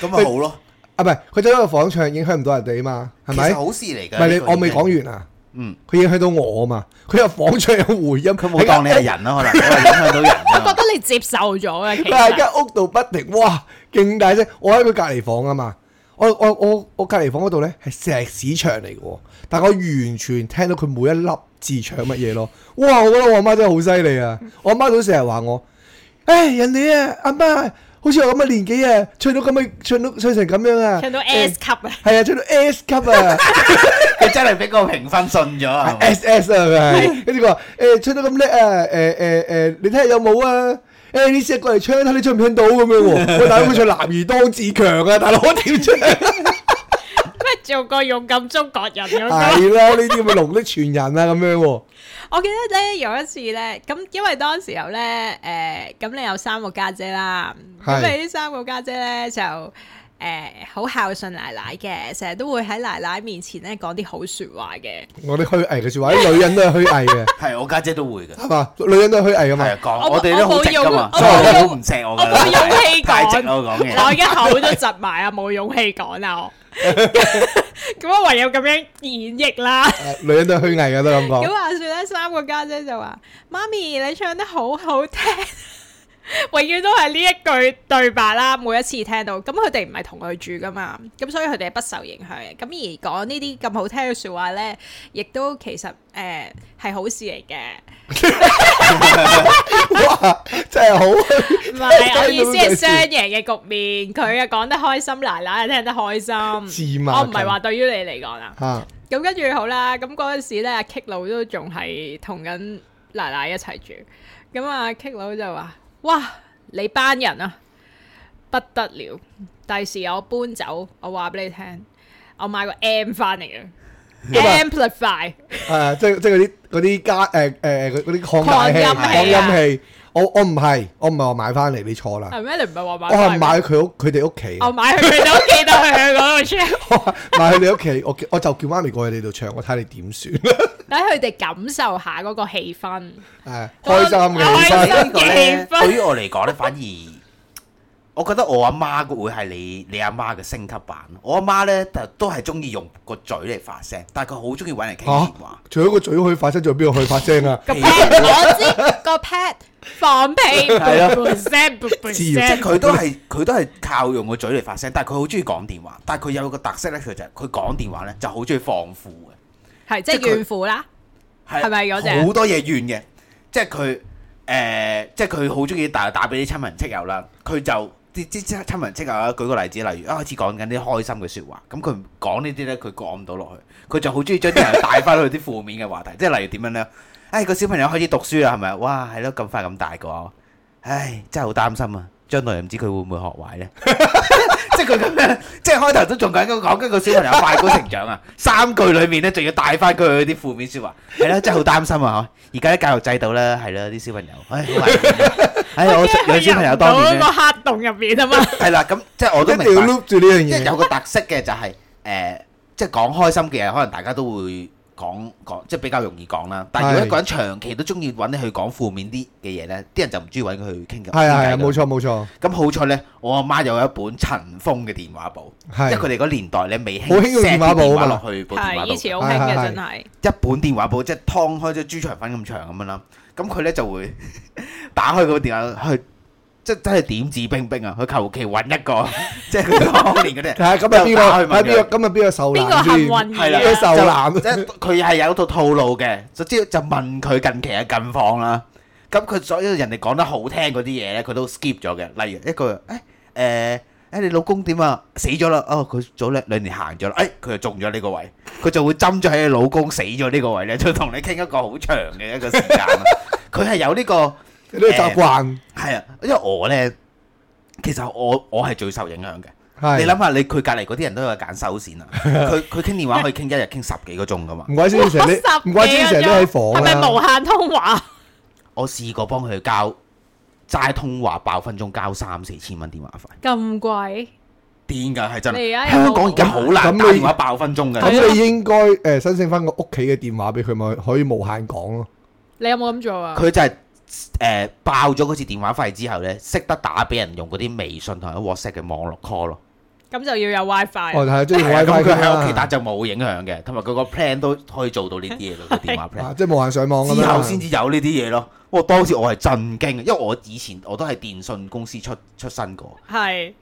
S3: 咁咪好咯，
S1: 啊唔係佢走咗入房唱，影響唔到人哋啊嘛，係咪
S3: 其實？好事嚟
S1: 唔
S3: 㗎。
S1: 係你
S3: 呢個
S1: 我未
S3: 已經
S1: 講完啊，
S3: 嗯，
S1: 佢影響到我啊嘛，佢入房唱有回音，哎佢
S3: 冇當你係人啦，可能可能影響到
S2: 我
S3: 人
S2: 覺
S3: 啊。
S2: 得你接受咗嘅，其
S1: 佢喺
S2: 實
S1: 間屋度不停，哇，勁大聲！我喺佢隔離房啊嘛，我我我我隔離房嗰度咧係石屎牆嚟嘅喎，但我完全聽到佢每一粒字唱乜嘢咯。哇！我覺得我阿媽真係好犀利啊！我阿媽都成日話我，誒、人哋啊阿媽好似我咁嘅年紀啊，唱到咁嘅唱到唱成咁樣啊，
S2: 唱到
S1: 誒
S2: S 級啊！
S1: 係啊，唱到 S 級啊
S3: 佢真係俾個評分信咗啊！
S1: ，S S 啊，係咪？跟住佢話誒唱得咁叻啊，誒誒誒，你睇下有冇啊？誒呢隻過嚟唱，睇你唱唔唱到咁樣 喎。喂，大佬佢唱《男兒當自強》啊，大佬我點唱？
S2: 咩做個勇敢中國人咁樣。
S1: 係啦，呢啲咪龍的傳人啊，咁樣喎。
S2: 我記得咧有一次咧，咁因為當時候咧，誒、咁你有三個家姐啦，咁
S1: 係
S2: 你呢三個家姐咧就誒好、孝順奶奶嘅，成日都會喺奶奶面前咧講啲好説話嘅。
S1: 我啲虛偽嘅説話，啲女人都係虛偽嘅，
S3: 係我家姐都會嘅，
S1: 係嘛？女人都係虛偽噶嘛
S3: 係。啊講
S2: 啊我
S3: 我哋都好直噶嘛，
S2: 我
S3: 所以我都好唔錫我
S2: 我
S3: 噶
S2: 冇勇氣
S3: 啦，太直
S2: 講，
S3: 我講
S2: 我而
S3: 嘢。
S2: 家口都窒埋啊，冇勇氣講啦 我。咁我唯有咁樣演繹啦。
S1: 誒女人都係虛偽嘅都咁
S2: 咁
S1: 講。
S2: 話説咧，三個家姐就話：媽咪，你唱得好好聽， 永遠都係呢一句對白啦。每一次聽到，咁佢哋唔係同佢住噶嘛，咁所以佢哋係不受影響嘅。咁而講呢啲咁好聽嘅説話咧，亦都其實誒係、好事嚟嘅。
S1: 哇！真係好虛，
S2: 唔係，我意思係雙贏嘅局面，佢啊講得開心，奶奶啊聽得開
S1: 自
S2: 心。
S1: 賣。
S2: 哦我唔係話對於你嚟啊講啦。
S1: 嚇，
S2: 咁跟住好啦，咁嗰陣時咧，阿 K 佬都仲係同緊奶奶一齊住，咁啊 K 佬就話：，哇，你班人啊，不得了！第時我搬走，我話俾你聽，我買個 M 翻嚟嘅
S1: 咁啊
S2: Amplify，
S1: 誒啊即係即係嗰啲嗰啲加誒誒嗰啲擴大器、
S2: 擴
S1: 擴
S2: 音器啊
S1: 音器。我我唔係，我唔係話買翻嚟，你錯啦。
S2: 係咩？你唔係話買
S1: 我係
S2: 返嚟
S1: 買
S2: 咩？
S1: 佢屋佢哋屋企
S3: 哦
S2: 我，買去佢哋屋企得去嗰度 check，
S1: 買佢哋屋企，我我就叫媽咪過去你度唱，我睇你點 算。
S2: 等佢哋感受下嗰個氣氛。
S1: 誒，開心嘅氣
S2: 開心
S1: 氛。
S3: 呢個咧，
S2: 氣氛
S3: 對於我嚟講咧，反而我覺得我阿媽會係你你阿媽嘅升級版。我阿媽咧，就都係中意用個嘴嚟發聲，但係佢好中意揾人傾電話。
S1: 除咗個嘴可以發聲，仲有邊度可以發聲啊？
S2: 個 pad 我知個 pad 放屁，
S3: 係啊
S2: 聲
S1: 即
S3: 即係
S2: 聲，
S3: 佢都係佢都係靠用個嘴嚟發聲，但係佢好中意講電話。但係佢有個特色咧，佢就係佢講電話咧就好中意放負嘅。
S2: 係即
S3: 即係佢
S2: 係怨婦啦。
S3: 係
S2: 係咪嗰隻
S3: 好多嘢怨嘅，即係佢誒，即係佢好中意打打俾啲親朋戚友啦。佢就啲啲親親朋戚友啦，舉個例子，例如一開始講緊啲開心嘅説話，咁佢唔講呢啲咧，佢講唔到落去，佢就好中意將啲人帶翻去啲負面嘅話題，即係例如點樣咧？唉、個小朋友開始讀書啦，係咪？哇，係咯，咁快咁大個，唉，真係好擔心啊！將來唔知佢會唔會學壞咧？ 即係佢咁樣，即係開頭都仲緊講緊個小朋友快高成長啊！三句裡面咧，仲要帶翻佢啲負面説話，係啦，真係好擔心啊！嗬，而家啲教育制度咧，係啦，啲小朋友，唉，好難 管啊唉，我養小朋友當年
S2: 入唔到啊嗰
S3: 咧，
S2: 個黑洞入面啊 嘛，
S3: 係啦，咁即係我都
S1: 一
S3: 明
S1: 定要
S3: 白。
S1: loop 住呢樣
S3: 即係
S1: 嘢。
S3: 有個特色嘅就係、誒，即係講開心嘅嘢，可能大家都會講講，即係比較容易講啦。但係
S1: 係
S3: 如果一個人長期都中意揾你去講負面啲嘅嘢呢，啲人就唔中意揾佢去傾偈。
S1: 係啊係
S3: 傾偈
S1: 啊，
S3: 㗎
S1: 冇。錯冇錯，
S3: 咁好彩呢，我阿媽有一本塵封嘅電話簿，即係佢
S1: 係
S3: 哋嗰年代呢，未
S1: 好
S3: 興
S1: 興用
S3: set
S1: 電話
S3: 啲
S1: 簿啊
S3: 電
S1: 嘛
S3: 話落去部電話
S2: 係
S3: 簿
S2: 以前好興
S1: 係
S2: 嘅
S1: 係
S2: 真係，
S3: 一本電話簿，即係劏開咗豬腸粉咁長咁樣啦。咁佢咧就會 打開個電話去，即係真係點指兵兵啊！佢求其揾一個， 即係佢當年嗰啲人
S1: 係啊，今日邊
S3: 就打去
S1: 個？
S3: 問
S1: 喺
S3: 佢
S1: 邊個？今日邊個受
S2: 邊個
S1: 難
S2: 幸
S1: 先？
S2: 運
S3: 係
S1: 啦
S2: 嘅
S1: 受難
S3: 即係佢係有套套路嘅，就知就問佢近期嘅近況啦。咁佢所有人哋講得好聽嗰啲嘢咧，佢都 skip 咗嘅。例如一句誒誒誒，你老公點啊？死咗啦！哦，佢早兩兩年行咗啦。誒，佢就中咗呢個位，佢就會針咗喺你老公死咗呢個位咧，就同你傾一個好長嘅一個時間啦。佢係有呢個。
S1: 呢個習慣
S3: 係啊，因為我咧，其實我我係最受影響嘅。
S1: 係。
S3: 你諗下，你佢隔離嗰啲人都有揀收線啊。佢佢傾電話可以傾一日傾十幾個 鐘噶嘛。
S1: 唔怪之你成 日
S3: 啊
S2: 哇
S1: 你唔怪之你成日都喺房啊
S2: 係咪
S1: 啦。
S2: 無限通話？
S3: 我試過幫佢交齋通話爆分鐘交三四千蚊電話費，
S2: 咁貴，
S3: 癲㗎係真係。
S2: 你而家有冇
S3: 香港而家好
S1: 咁
S3: 難
S1: 你
S3: 打電話爆分鐘㗎。
S1: 咁你應該誒申請翻個屋企嘅電話俾佢，咪可以無限講咯。
S2: 你有冇咁做啊？
S3: 佢就係、誒、爆咗嗰次電話費之後咧，識得打俾人用嗰啲微信同埋 WhatsApp 嘅網絡 call 咯。
S2: 咁就要有 WiFi
S1: 哦，
S2: 啊。
S1: 係中意用
S3: 係啊
S1: WiFi
S3: 咁佢
S1: 㗎
S3: 喺
S1: 嘛
S3: 屋企打就冇影響嘅，同埋佢個 plan 都可以做到呢啲嘢嘅個 電話 plan。
S1: 啊，即係無限上網咁
S3: 之後先
S1: 樣。
S3: 至有呢啲嘢咯。我當時我係震驚，因為我以前我都係電信公司出出身過，
S2: 係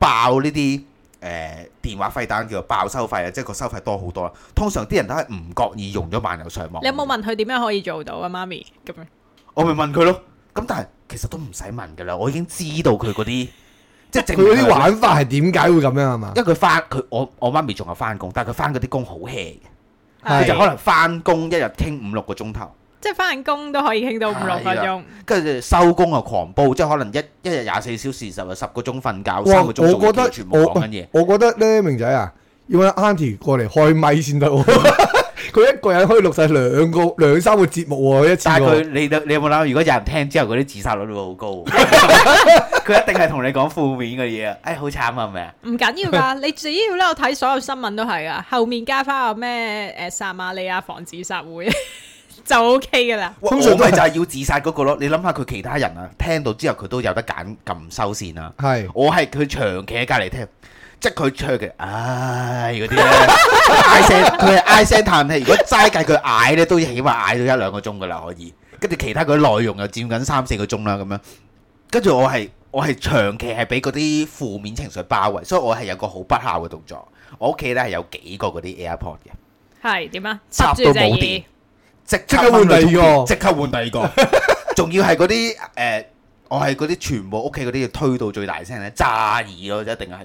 S3: 爆呢啲誒電話費單叫做爆收費啊，即係個收費多好多啦。通常啲人都係唔覺意用咗漫遊上網。
S2: 你有冇問佢點樣可以做到啊？媽咪咁樣，
S3: 我咪問佢咯。咁但係其實都唔使問噶啦，我已經知道佢嗰啲即係證
S1: 佢
S3: 明
S1: 嗰啲，玩法係點解會咁樣啊係嘛？
S3: 因為佢翻佢我我媽咪仲有翻工，但係佢翻嗰啲工好 hea，
S1: 係
S3: 佢就
S2: 係
S3: 可能翻工一日傾五六個鐘頭，
S2: 即係翻工都可以傾到五六個鐘，
S3: 跟住收工又狂煲，即係可能一一日廿四小時就十個鐘瞓覺，
S1: 哇！
S3: 三
S1: 我
S3: 個鐘做
S1: 覺
S3: 嘢
S1: 得
S3: 全部講緊嘢。
S1: 我我覺得咧，明仔啊，要揾 Auntie 過嚟開咪先 得喎。佢一個人可以錄晒兩個兩三個節目喎，一次
S3: 但係
S1: 過
S3: 佢。你你有冇諗？如果有人聽之後，嗰啲自殺率會 好高。佢一定係同你講負面嘅嘢啊！哎，好慘啊，係咪啊？
S2: 唔緊要㗎。你只要咧，我睇所有新聞都係啊，後面加翻個咩誒撒瑪利亞防止殺會 就 OK 㗎啦。
S3: 我
S1: 通常都係
S3: 咪就係要自殺嗰個咯。你諗下佢其他人啊，聽到之後佢都有得揀撳收線啊。
S1: 係
S3: 我係佢長期喺隔離聽，即係佢唱嘅唉嗰啲咧，唉聲佢係唉聲嘆氣。如果齋計佢嗌咧，都起碼嗌到一兩個鐘噶啦，可以。跟住其他佢內容又佔緊三四個鐘啦，咁樣。跟住我係我係長期係俾嗰啲負面情緒包圍，所以我係有個好不孝嘅動作。我屋企咧係有幾個嗰啲 AirPod 嘅，
S2: 係點啊？插
S3: 插到
S2: 住隻
S3: 冇電
S2: 耳。
S3: 即
S1: 即刻換第二個
S3: 即刻換第二個， 仲要係嗰啲誒，我係嗰啲全部屋企嗰啲要推到最大聲咧，炸耳咯，一定係要，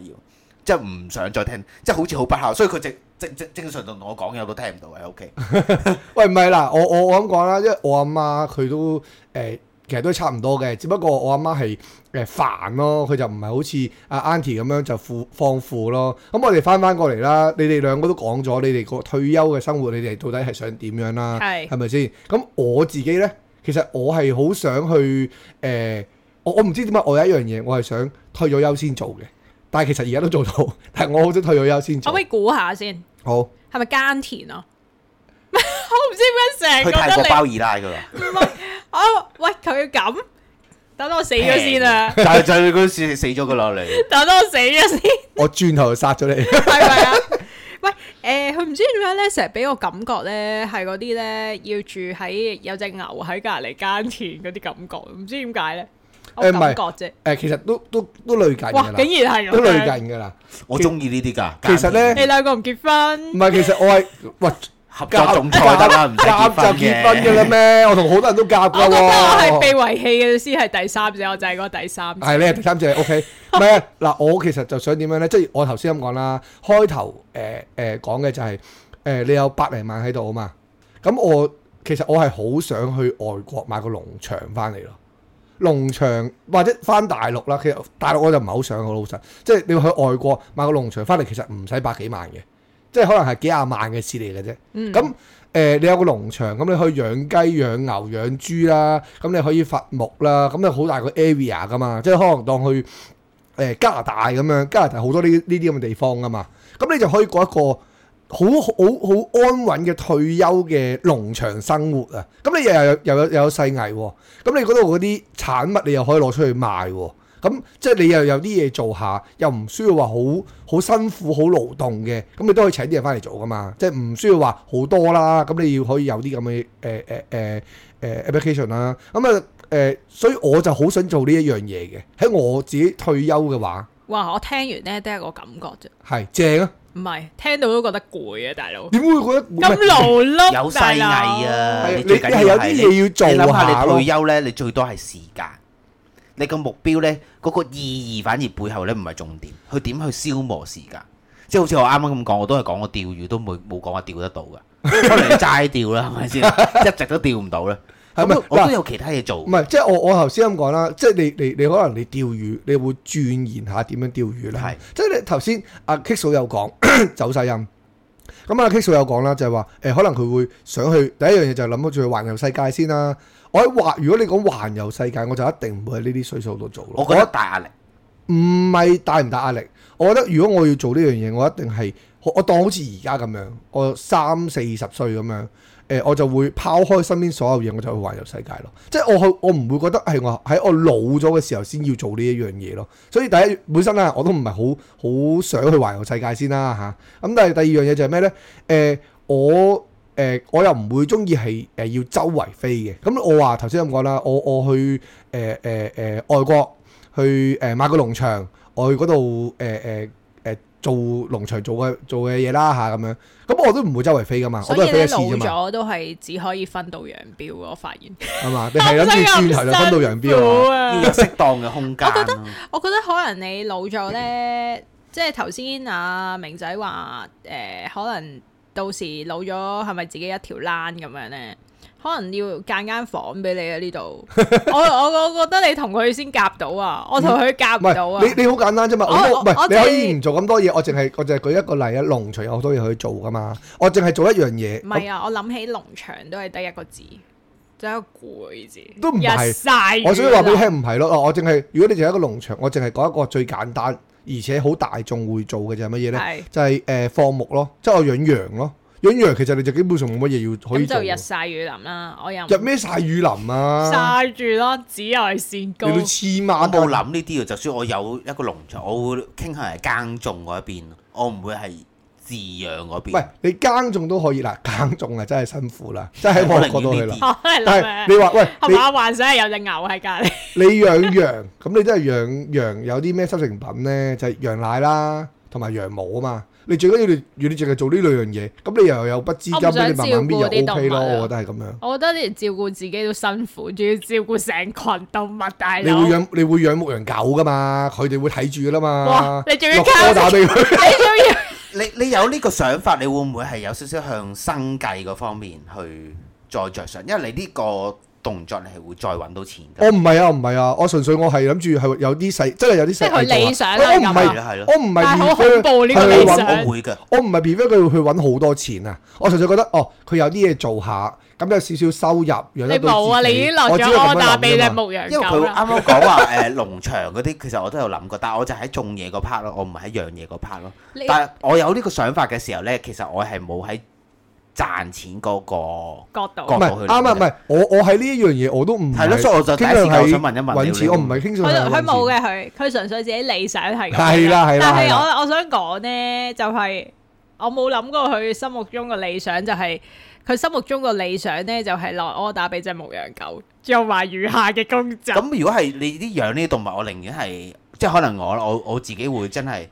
S3: 即係唔想再聽，即係好似好不孝，所以佢正正正正常同我講嘢我都聽唔到喺屋企，
S1: 喂，唔係啦，我我我咁講啦，因為我阿媽佢都誒、呃其實都差唔多嘅，只不過我阿媽係誒煩咯，佢就唔係好似阿 Auntie 咁樣就負放負咯。咁我哋翻翻過嚟啦，你哋兩個都講咗你哋個退休嘅生活，你哋到底係想點樣啦？
S2: 係
S1: 係咪先？咁我自己呢，其實我係好想去誒、呃我我唔知點解我有一樣嘢，我係想退咗休先做嘅，但係其實而家都做到，但係我好想退咗休先
S2: 可唔
S1: 做
S2: 可。以估下先？
S1: 好，
S2: 係咪耕田啊？ 我唔知點
S3: 去
S2: 解成日
S3: 泰
S2: 覺
S3: 國包
S2: 得
S3: 二奶噶啦，
S2: 你唔係啊哦，喂佢咁，等我死咗先啊！
S3: 但係就係佢死死咗噶啦你，
S2: 等我死咗先，
S1: 我轉頭就殺咗你。
S2: 係咪啊？ 喂，誒、佢唔知點解咧，成日俾我感覺咧，係嗰啲咧要住喺有隻牛喺隔離耕田嗰啲感覺，唔知點解咧，我
S1: 誒唔
S2: 感
S1: 係
S2: 覺啫。
S1: 誒，其實都都都累緊
S2: 哇
S1: 㗎，啦，
S2: 竟然係
S1: 都累
S2: 咁樣！
S1: 緊㗎啦。
S3: 我中意呢啲㗎。
S1: 其實呢
S3: 家庭
S2: 你兩個唔結婚
S1: 唔，係，其實我係 喂
S3: 合作種菜得啦，唔使
S1: 夾
S3: 結
S1: 就
S3: 婚
S1: 結婚㗎
S3: 嘅。
S1: 啦咩？我同好多人都夾
S2: 我
S1: 㗎
S2: 覺得我
S1: 喎
S2: 係。被遺棄嘅先係第三者，我就係嗰個第三者。
S1: 係你係第三隻 OK，唔係啊嗱，我其實就想點樣咧？即係我頭先咁講啦，開頭誒誒講嘅就係、誒、你有百零萬喺度啊嘛，咁我其實我係好想去外國買個農場翻嚟咯，農場或者翻大陸啦，其實大陸我就唔係好想好老實，即係你要去外國買個農場翻嚟，其實唔使百幾萬嘅，即係可能係幾廿萬嘅事嚟嘅啫。
S2: 嗯
S1: 咁誒、呃你有個農場，咁你可以養雞、養牛、養豬啦，咁你可以伐木啦，咁你好大個 area 噶嘛，即係可能當去誒、呃加拿大咁樣，加拿大好多呢呢啲咁嘅地方噶嘛，咁你就可以過一個好好好安穩嘅退休嘅農場生活啊！咁你又有又有又有細藝喎，咁你嗰度嗰啲產物你又可以攞出去賣喎。咁即係你又有啲嘢做下，又唔需要話好好辛苦、好勞動嘅，咁你都可以請啲人翻嚟做噶嘛，即係唔需要話好多啦。咁你要可以有啲咁嘅誒誒誒誒 application 啦。咁啊誒，所以我就好想做呢一樣嘢嘅。喺我自己退休嘅話，
S2: 哇！我聽完咧都係一個感覺啫，
S1: 係正啊！
S2: 唔係聽到都覺得攰啊，大佬
S1: 點會覺得唔
S2: 咁
S1: 係
S2: 勞碌，
S3: 有
S2: 大
S3: 細
S2: 佬
S3: 藝啊！
S1: 係
S3: 你最緊
S1: 你你係有
S3: 要
S1: 啲
S3: 係
S1: 嘢要做
S3: 你諗
S1: 下
S3: 下你
S1: 咯
S3: 退休咧，你最多係時間。你個目標咧，嗰、個意義反而背後咧唔係重點，佢點去消磨時間？即係好似我啱啱咁講，我都係講我釣魚都冇冇講我釣得到噶，可能齋釣啦，係咪先？一直都釣唔到啦。
S1: 係咪
S3: 咁我都
S1: 嗱
S3: 有其他嘢做
S1: 唔。係，即係我我頭先咁講啦，即係你你你可能你釣魚，你會鑽研下點樣釣魚啦
S3: 係。
S1: 即係你頭先阿 Kick 嫂有講 走晒音，咁阿 Kick 嫂有講啦，就係話誒，可能佢會想去第一樣嘢就係諗住去環遊世界先啦。我喺環，如果你講環遊世界，我就一定唔會喺呢啲歲數度做咯。
S3: 我覺得大壓力。
S1: 唔係大唔大壓力，我覺得如果我要做呢樣嘢，我一定係我我當好似而家咁樣，我三四十歲咁樣，誒、呃我就會拋開身邊所有嘢，我就去環遊世界咯。即係我去，我唔會覺得係我喺我老咗嘅時候先要做呢一樣嘢咯。所以第一本身啦，我都唔係好好想去環遊世界先啦吓，咁、但係第二樣嘢就係咩呢？誒、我。誒、我又唔會中意係誒要周圍飛嘅，咁我話頭先咁講啦，我我去呃誒呃誒誒外國去誒、買個農場，我去嗰度誒誒誒呃做農場做嘅做嘅嘢啦吓咁樣。咁我都唔會周圍飛噶嘛，我
S2: 所
S1: 都係
S2: 以
S1: 飛
S2: 咧
S1: 一次
S2: 老
S1: 啫嘛，
S2: 咗都係只可以分道揚镳喎，我發現。
S1: 係嘛？你係諗住轉頭就分道揚镳啊嘛？
S2: 好啊
S3: 要有適當嘅空間
S2: 我覺
S3: 咯。
S2: 我覺得可能你老咗呢，即係頭先阿明仔話誒、呃可能到時老咗係咪自己一條欄咁樣呢？可能要間間房俾你啊！呢度，我我我覺得你同佢先夾到啊，我同佢夾
S1: 唔
S2: 唔到啊。
S1: 係你你好簡單啫嘛，
S2: 我
S1: 我都唔
S2: 我
S1: 係
S2: 我
S1: 你
S2: 淨係
S1: 可以唔做咁多嘢，我淨係我淨係舉一個例啊，農場有好多嘢去做噶嘛，我淨係做一樣嘢，
S2: 唔係啊，我諗起農場都係得一個字，就一個攰字，
S1: 都唔係
S2: 日曬
S1: 我所以
S2: 雨
S1: 話俾你
S2: 淋
S1: 聽唔係咯，哦我淨係如果你淨係一個農場，我淨係講一個最簡單而且好大眾會做嘅就係乜嘢呢？
S2: 係
S1: 就係誒放牧咯，即係我養羊咯，養羊其實你就基本上冇乜嘢要可以
S2: 咁
S1: 做
S2: 就日
S1: 喎。
S2: 曬雨淋啦，我又唔
S1: 入咩晒雨林啊？
S2: 曬住咯，紫外線
S1: 你
S2: 高
S1: 都。黐
S3: 我
S1: 孖
S3: 冇
S1: 筋。
S3: 諗呢啲嘅，就算我有一個農場，我會傾向係耕種嗰一邊，我唔會係飼養嗰
S1: 喂
S3: 邊。，
S1: 你耕種都可以啦，耕種啊真係辛苦啦，真係我過到去啦。
S2: 我係諗
S1: 但
S2: 咩
S1: 係你話喂，
S2: 係
S1: 你
S2: 嘛？幻想係有隻牛喺隔 離，
S1: 你養羊，咁你都係養羊有啲咩收成品呢？就係、羊奶啦，同埋羊毛啊嘛。你最緊要你，如果你淨係做呢兩樣嘢，咁你又有筆資金
S2: 我唔想
S1: 俾你慢慢
S2: 照顧
S1: 搣
S2: 啲
S1: 就 O K 咯。
S2: 動物啊
S1: 我覺得係咁樣。
S2: 我覺得你照顧自己都辛苦，仲要照顧成群動物大
S1: 你
S2: 佬
S1: 會。養你會養牧羊狗噶嘛？佢哋會睇住噶啦嘛
S2: 哇。！你仲要
S1: 落
S2: 靠
S1: 歌打俾 佢。
S2: 哎你
S3: 你你有呢個想法，你會唔會係有少少向生計嗰方面去再着想？因為你呢個動作你係會再揾到錢
S1: 我
S3: 㗎。
S1: 唔係啊，唔係啊，我純粹我係諗住係有啲細，真係有啲細
S2: 即係佢理想
S1: 我
S2: 係
S1: 唔
S2: 咁
S3: 係
S1: 係，
S3: 咯係咯，
S1: 我唔係
S2: 但係好
S1: prefer
S2: 恐怖呢個
S1: 去
S2: 理
S1: 搵
S2: 想
S3: 我會㗎。
S1: 我唔係 prefer 佢去揾好多錢啊，我純粹覺得哦，佢有啲嘢做下，咁有少少收入，養
S2: 你
S1: 得到
S2: 冇啊！
S1: 自己
S2: 你已經落
S1: 我只
S2: 咗
S1: 係咁樣
S2: order 俾
S1: 諗啫
S2: 只
S1: 嘛
S2: 牧羊
S3: 因為佢
S2: 狗啦。
S1: 啊
S3: 啱啱講話誒農場嗰啲，其實我都有諗過，但係我就喺種嘢嗰 part 咯，我唔係喺養嘢嗰 part 咯。
S2: 你
S3: 但係我有呢個想法嘅時候呢，其實我係冇喺賺錢嗰個
S2: 角度
S1: 唔
S3: 角
S1: 係啱啊，唔係我我喺呢一樣嘢我都唔
S3: 係咯，所以我就第一
S1: 傾向
S3: 時間我想
S1: 係
S3: 問一問你
S1: 揾錢，我唔係傾向
S2: 佢
S1: 係
S2: 佢冇
S1: 嘅。
S2: 嘅，佢佢純粹自己理想係咁樣。
S1: 係啦係啦
S2: 但
S1: 係
S2: 係
S1: 啦
S2: 我我想講呢，就係、我冇諗過佢心目中個理想就係、佢心目中個理想呢，就係落 order 俾只牧羊狗，做埋餘下嘅工作。
S3: 咁如果係你啲養呢啲動物，我寧願係即係可能我我我自己會真係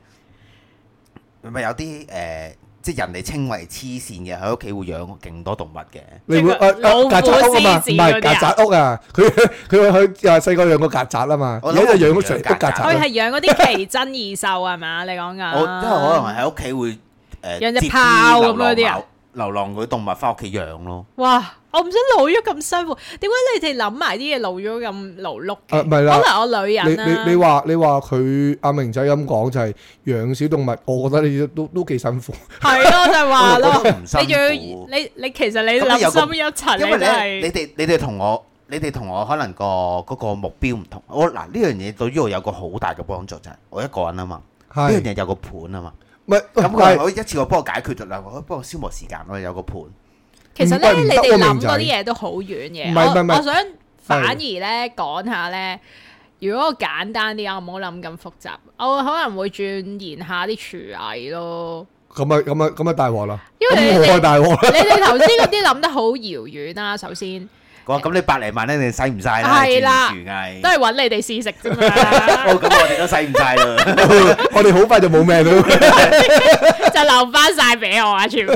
S3: 咪有啲誒、呃即係人哋稱為黐線嘅喺屋企會養勁多動物嘅。
S1: 你會
S2: 即係
S1: 誒
S2: 老
S1: 曱
S2: 虎
S1: 甴屋啊嘛，
S2: 獅子
S1: 唔係
S2: 嗰啲
S1: 曱
S2: 啊
S1: 甴屋啊，佢 佢佢又細個養過曱甴啊嘛，
S3: 我
S1: 而
S3: 諗
S1: 家就養
S3: 我
S1: 咗
S3: 唔
S1: 成
S3: 養
S1: 屋曱
S2: 佢
S1: 甴啊
S2: 係養嗰啲奇珍異獸係嘛？你講緊
S3: 我因為可能喺屋企會誒、呃、
S2: 啊養隻
S3: 接啲
S2: 豹
S3: 流
S2: 咁嗰啲啊
S3: 浪貓流浪嗰啲動物翻屋企養咯。
S2: 哇！我唔想老咗咁辛苦，點解你哋諗埋啲嘢老咗咁勞碌嘅？
S1: 啊唔係啦
S2: 可能我女
S1: 你
S2: 人啦、啊
S1: 你你話你話佢阿明仔咁講就係養小動物，我覺得你都都幾辛苦。
S2: 係咯，就係話
S3: 我
S2: 啊咯
S3: 覺得唔，辛苦
S2: 你仲要你你其實你
S3: 咁你有個
S2: 諗深一層，你
S3: 因為
S2: 都
S3: 咧，你
S2: 係
S3: 哋你哋同我，你哋同我可能個嗰個目標唔同。我嗱呢樣嘢對於我有個好大嘅幫助就係我一個人啊嘛，呢樣
S1: 係，
S3: 嘢有個伴啊嘛。
S1: 唔係
S3: 咁
S1: 但
S3: 佢
S1: 係
S3: 可以一次過幫我解決咗兩個，可以幫我消磨時間咯，有個盤。
S2: 其實
S1: 唔
S2: 咧，
S1: 得唔
S2: 你
S1: 得
S2: 哋
S1: 喎明
S2: 諗
S1: 仔
S2: 嗰啲嘢都好遠嘅。
S1: 唔係唔係唔嗯
S2: 我
S1: 係
S2: 我想反而咧講下咧，如果我簡單啲，我唔好諗咁複雜，我可能會鑽研下啲廚藝咯。
S1: 咁啊咁啊咁啊大鑊啦！
S2: 因為
S1: 咁
S2: 你
S1: 我係
S2: 哋
S1: 大鑊啦。
S2: 你哋頭先嗰啲諗得好遙遠啦，首先
S3: 我話咁你百零萬咧，你使唔晒啦？
S2: 係啦
S3: 住藝
S2: 都。係揾你哋試食 啫
S3: 哦，
S2: 嘛，
S3: 咁我哋都使唔晒啦。
S1: 我哋好快就冇命啦。
S2: 就留翻晒俾我啊，全部。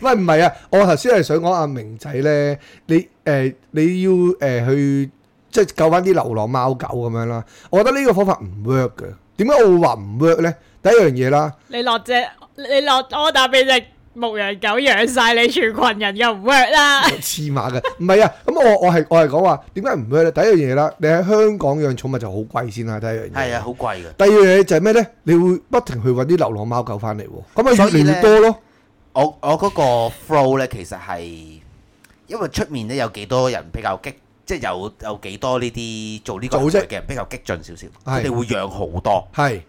S1: 喂，唔係啊！我頭先係想講阿明仔咧，你誒、呃你要誒、呃去即係救翻啲流浪貓狗咁樣啦。我覺得呢個方法唔 work 嘅。點解我會話唔 work 咧？第一樣 嘢啦，
S2: 你落只你落 order 俾只牧羊狗養晒你全群人又唔 work 啦。
S1: 黐馬嘅，唔係啊。咁我我係我係講話點解唔 work 咧？第一樣嘢啦，你喺香港養寵物就好貴先啦。第一樣嘢
S3: 係啊，好貴嘅。
S1: 第二樣嘢就係咩咧？你會不停去揾啲流浪貓狗翻嚟喎，咁啊
S3: 所
S1: 越
S3: 以
S1: 嚟
S3: 呢
S1: 越多咯。
S3: 我我嗰個 flow 咧，其實係因為出面咧有幾多人比較激，即係有有幾多呢啲做呢個行
S1: 組織
S3: 為嘅人比較激進少少，
S1: 係
S3: 佢哋會養好多。
S1: 係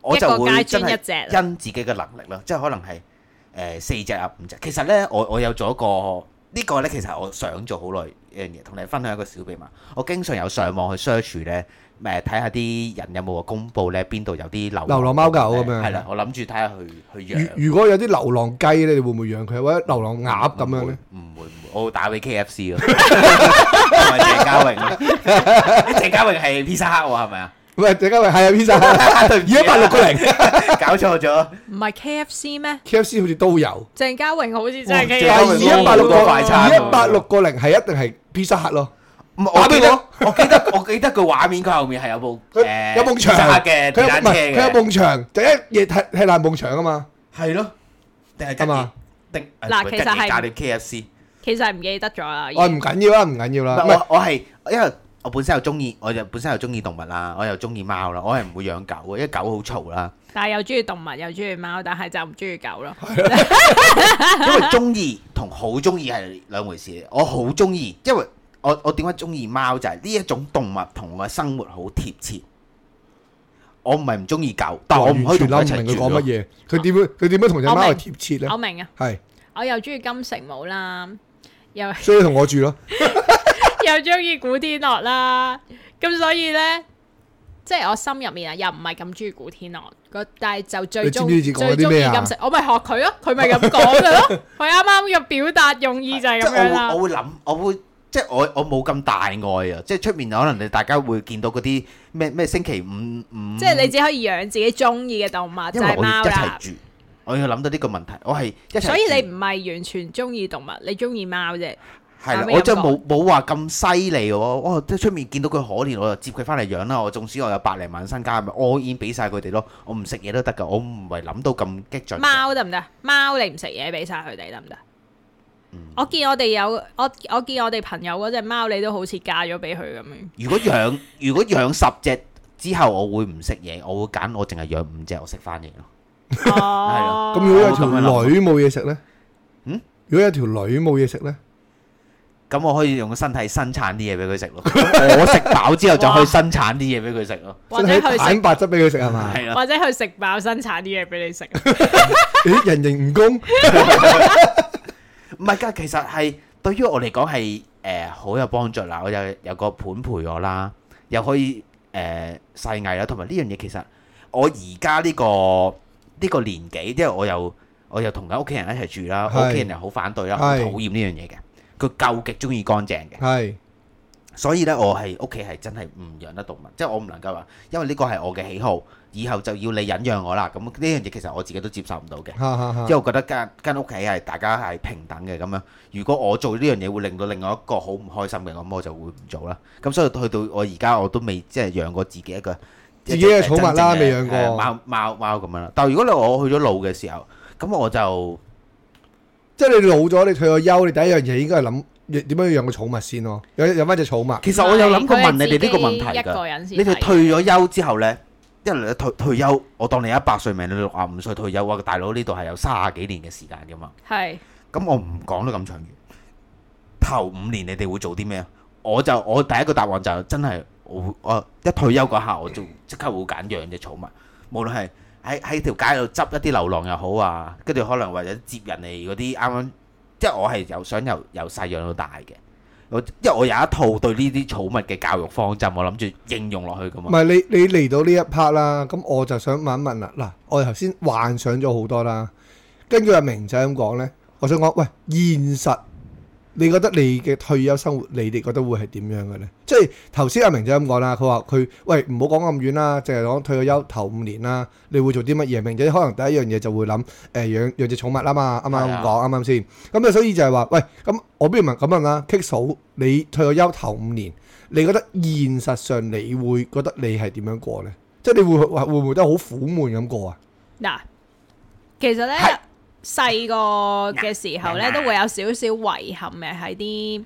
S3: 我就會
S2: 一個
S3: 真
S2: 階磚一
S3: 係
S2: 隻
S3: 因自己嘅能力啦，即係可能係誒、呃四隻啊五隻。其實咧，我我有做一個呢、個咧，其實我想做好耐一樣嘢，同你分享一個小秘密。我經常有上網去 search 咧，誒睇下啲人有冇話公佈咧邊度有啲流
S1: 流浪貓狗咁樣
S3: 係啦，我諗住睇下去去養。
S1: 如如果有啲流浪雞咧，你會唔會養佢？或者流浪鴨咁樣咧？
S3: 唔會唔會，我會打俾 K F C 咯，同埋鄭嘉穎咯。鄭嘉穎係 Pizza Hut 喎，係咪啊？
S1: 唔係唔係唔係喂，陣間喂，係啊，pizza，
S3: 對唔住
S1: 二一八六個零
S3: 搞錯咗，
S2: 唔係 K F C 咩？
S1: ，KFC 好似 都有，
S2: 鄭嘉穎好似真係 K
S1: 但係
S2: F
S1: 二
S2: C，
S1: 一八六個
S3: 好多快餐
S1: 二
S3: 喎
S1: 一八六個零係一定係 pizza 黑咯，
S3: 唔係
S1: 打
S3: 我
S1: 俾
S3: 記
S1: 我
S3: 得，我記得， 我記得個畫面佢後面係有部
S1: 佢
S3: 誒
S1: 有埲牆
S3: 揸嘅
S1: 佢
S3: 電
S1: 有
S3: 單
S1: 唔係
S3: 車
S1: 佢有
S3: 嘅，
S1: 埲牆，就一夜踢踢爛埲牆啊嘛，
S3: 係咯，定係
S1: 係
S3: 跟住
S1: 嘛？
S3: 定
S2: 嗱其實係
S3: 隔離 K F C。
S2: 其實係唔記得咗啦。已
S1: 我
S2: 經
S1: 唔緊要啦，唔緊要
S3: 唔
S1: 啦，唔係
S3: 係我我係因為我本身又中意，我就本身又中意動物啦，我又中意貓啦，我係唔會養狗嘅，因為狗好 嘈啦。
S2: 但係又中意動物，又中意貓，但係就唔中意狗咯。
S3: 因為中意同好中意係兩回事。我好中意，因為我我點解中意貓就係呢一種動物同我嘅生活好貼切。我唔係唔中意狗，但我唔可以
S1: 完
S3: 同
S1: 全諗
S3: 佢一
S1: 唔明佢
S3: 齊住
S1: 講乜
S3: 咯。
S1: 嘢，佢點樣佢點樣同只貓係貼切咧？
S2: 我明啊，
S1: 係，
S2: 我又中意金城武啦，又
S1: 所以同我住咯，
S2: 又中意古天樂啦。咁所以呢，即係我心入面啊，又唔係咁中意古天樂，個但係就最中
S1: 你知唔知自己講
S2: 最
S1: 咗啲
S2: 中意
S1: 咩啊
S2: 金城，我咪學佢咯，佢咪咁講嘅咯。佢啱啱嘅表達用意就係
S3: 即
S2: 咁
S3: 係
S2: 樣啦
S3: 我會。我會諗，我會即係我我冇咁大愛啊！即係出面可能你大家會見到嗰啲咩咩星期五五，
S2: 即係你只可以養自己中意嘅動物，就
S3: 因為
S2: 係
S3: 我要
S2: 貓
S3: 一齊
S2: 啦。
S3: 住，我要諗到呢個問題，我係一齊住。
S2: 所以你唔係完全中意動物，你中意貓啫。
S3: 係啦
S2: 有，咩
S3: 我真係
S2: 感
S3: 冇冇話咁犀利喎，哦，即係出面見到佢可憐，我就接佢翻嚟養啦。我縱使我有百零萬身家，咪 all in 俾晒佢哋咯。我唔食嘢都得㗎，我唔係諗到咁激進。
S2: 貓得唔得？貓你唔食嘢俾晒佢哋得唔得？
S3: 嗯
S2: 我見我哋有我我見我哋朋友嗰只貓，你都好似嫁咗俾佢咁樣。
S3: 如果養如果養十隻之後，我會唔食嘢，我會揀我淨係養五隻，我食翻嘢咯。
S2: 哦，
S1: 咁如果有條
S3: 啊咁樣諗
S1: 女冇嘢食咧，
S3: 嗯，
S1: 如果有條女冇嘢食咧，
S3: 咁我可以用個身體生產啲嘢俾佢食 咯。咁我食飽之後就可以生產啲嘢俾佢食咯。
S2: 或
S1: 真
S2: 者
S1: 係
S2: 去
S1: 蛋
S2: 食，
S1: 白質俾佢食係啊嘛？
S3: 係啦，
S2: 或者去食飽生產啲嘢俾你食。
S1: 咦，人形蜈 蚣，
S3: 唔係㗎，其實係對於我嚟講係誒好有幫助啦。我有有個伴陪我啦，又可以誒細藝啦，同埋呢樣嘢其實我而家呢個呢、個年紀，因為我又我又同緊屋企人一齊住啦，
S1: 係
S3: 屋企人又好反對啦，好
S1: 係
S3: 討厭呢樣嘢嘅。佢夠極中意乾淨嘅，
S1: 係
S3: 所以咧我係屋企係真係唔養得動物，即係我唔能夠話，因為呢個係我嘅喜好，以後就要你忍讓我啦。咁呢樣嘢其實我自己都接受唔到嘅。
S1: 哈哈哈
S3: 因為我覺得間間屋企係大家係平等嘅咁樣。如果我做呢樣嘢會令到另外一個好唔開心嘅，咁我就會唔做啦。咁所以去到我而家我都未即係養過自己一個
S1: 自己嘅寵物啦
S3: 一隻
S1: 未養過
S3: 誒貓貓貓咁樣啦。但係如果你話我去咗路嘅時候，咁我就
S1: 即係你老咗，你退咗休，你第一樣嘢應該係諗點點樣養個寵物先咯，有有翻只寵物，
S3: 其實我有諗過問你哋呢個問
S2: 佢係自己
S3: 題
S2: 一個
S3: 㗎。
S2: 人先
S3: 你
S2: 睇
S3: 哋退咗休之後呢，因為你退退休，我當你一百歲命，你六啊五歲退休啊，大佬呢度係有三十幾年嘅時間㗎嘛。
S2: 係
S3: 咁我唔講得咁長遠。頭五年你哋會做啲咩啊？我就我第一個答案就真係我會我一退休嗰下我就即刻會揀養隻寵物，無論係喺喺條街度執一啲流浪又好啊，跟住可能或者接人哋嗰啲啱啱，即係我係由想由由細養到大嘅。我因為我有一套對呢啲寵物嘅教育方針，我諗住應用落去噶
S1: 唔
S3: 嘛。
S1: 係你你嚟到呢一 part 啦，咁我就想問一問啦。嗱，我頭先幻想咗好多啦，根據阿明仔咁講呢，我想講，喂，現實你覺得你嘅退休生活，你哋覺得會係點樣嘅呢？即係頭先阿明仔咁講啦，佢話佢喂唔好講咁遠啦，淨係講退咗休頭五年啦，你會做啲乜嘢？明仔可能第一樣嘢就會諗誒、養養隻寵物啊嘛，啱啱
S3: 係
S1: 咁
S3: 啊
S1: 講，啱啱先？咁啊，所以就係話，喂，咁我不如問咁問啦，Kick 嫂，你退咗休頭五年，你覺得現實上你會覺得你係點樣過呢？即係你會話會唔會都好苦悶咁過啊？
S2: 嗱，其實
S3: 係
S2: 咧細個嘅時候咧，都會有少少遺憾嘅喺啲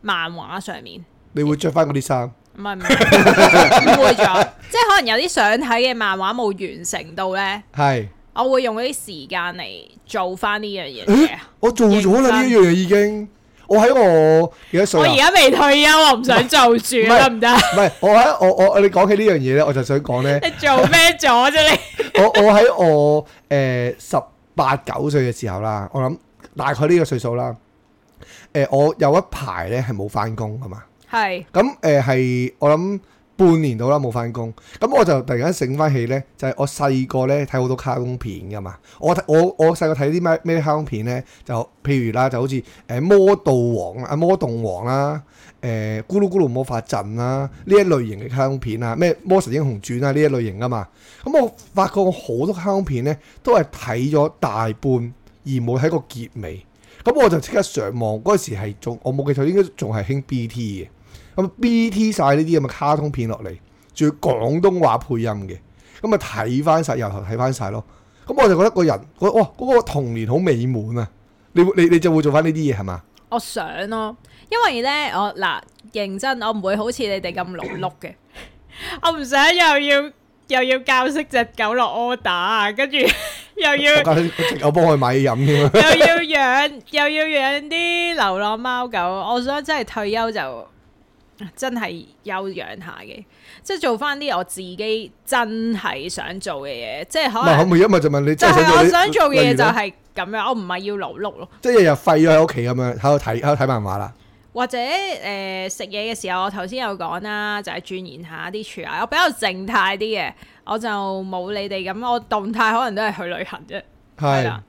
S2: 漫畫上面。
S1: 你會着翻嗰啲衫，
S2: 唔係唔係誤會咗，即係可能有啲想睇嘅漫畫冇完成到咧，
S1: 係
S2: 我會用嗰啲時間嚟做翻呢樣嘢嘅。
S1: 我做咗啦呢
S2: 認真
S1: 一樣嘢已經，我喺我幾多歲
S2: 我
S1: 啊
S2: 而家未退休，我唔想做住
S1: 唔係
S2: 得唔 得？
S1: 唔係，我喺我我你講起呢樣嘢呢，我就想講呢。
S2: 你做咩咗啫？你
S1: 我我喺我誒十八九歲嘅時候啦，我諗大概呢個歲數啦。呃誒、我有一排呢係冇翻工噶嘛。
S2: 係
S1: 呃咁誒係我諗半年到啦冇翻工，咁我就突然間醒翻起呢，就係、我細個呢睇好多卡通片噶嘛，我睇我我細個睇啲咩咩卡通片呢？就譬如啦，就好似誒魔道王啊、魔動王啦、誒、咕嚕咕嚕魔法陣啦呢一類型嘅卡通片啊，咩魔神英雄傳啊呢一類型噶嘛，咁我發覺我好多卡通片呢，都係睇咗大半而冇睇過結尾。咁我就即刻上網嗰陣時係仲我冇記錯應該仲係興 BT 嘅，咁 BT 晒呢啲咁嘅卡通片落嚟，仲要廣東話配音嘅，咁啊睇翻晒，由頭睇翻晒咯。咁我就覺得個人，我哇嗰、個童年好美滿啊！你會你你就會做翻呢啲嘢係嘛？
S2: 我想咯，因為咧我嗱認真，我唔會好似你哋咁勞碌嘅， 我唔想又要又要教識只狗落 order，啊跟住又要
S1: 我家我幫佢買嘢飲 添啊！
S2: 又要養又要養啲流浪貓狗，我想真係退休就真係休養下嘅，即係做翻啲我自己真係想做嘅嘢，即係
S1: 唔
S2: 可
S1: 係可
S2: 能
S1: 唔可以一咪就問你
S2: 就
S1: 真係想
S2: 係
S1: 做
S2: 我
S1: 呢
S2: 想做嘅
S1: 例
S2: 嘢
S1: 如
S2: 就
S1: 咧
S2: 係咁樣，我唔係要勞碌咯。
S1: 即係日日廢咗喺屋企咁樣喺度睇喺度睇漫畫啦。
S2: 或者誒、呃食嘢嘅時候，我頭先有講啦，就係、鑽研下啲廚藝，我比較靜態啲嘅，我就冇你哋咁，我動態可能都係去旅行啫，係
S1: 係
S2: 啦，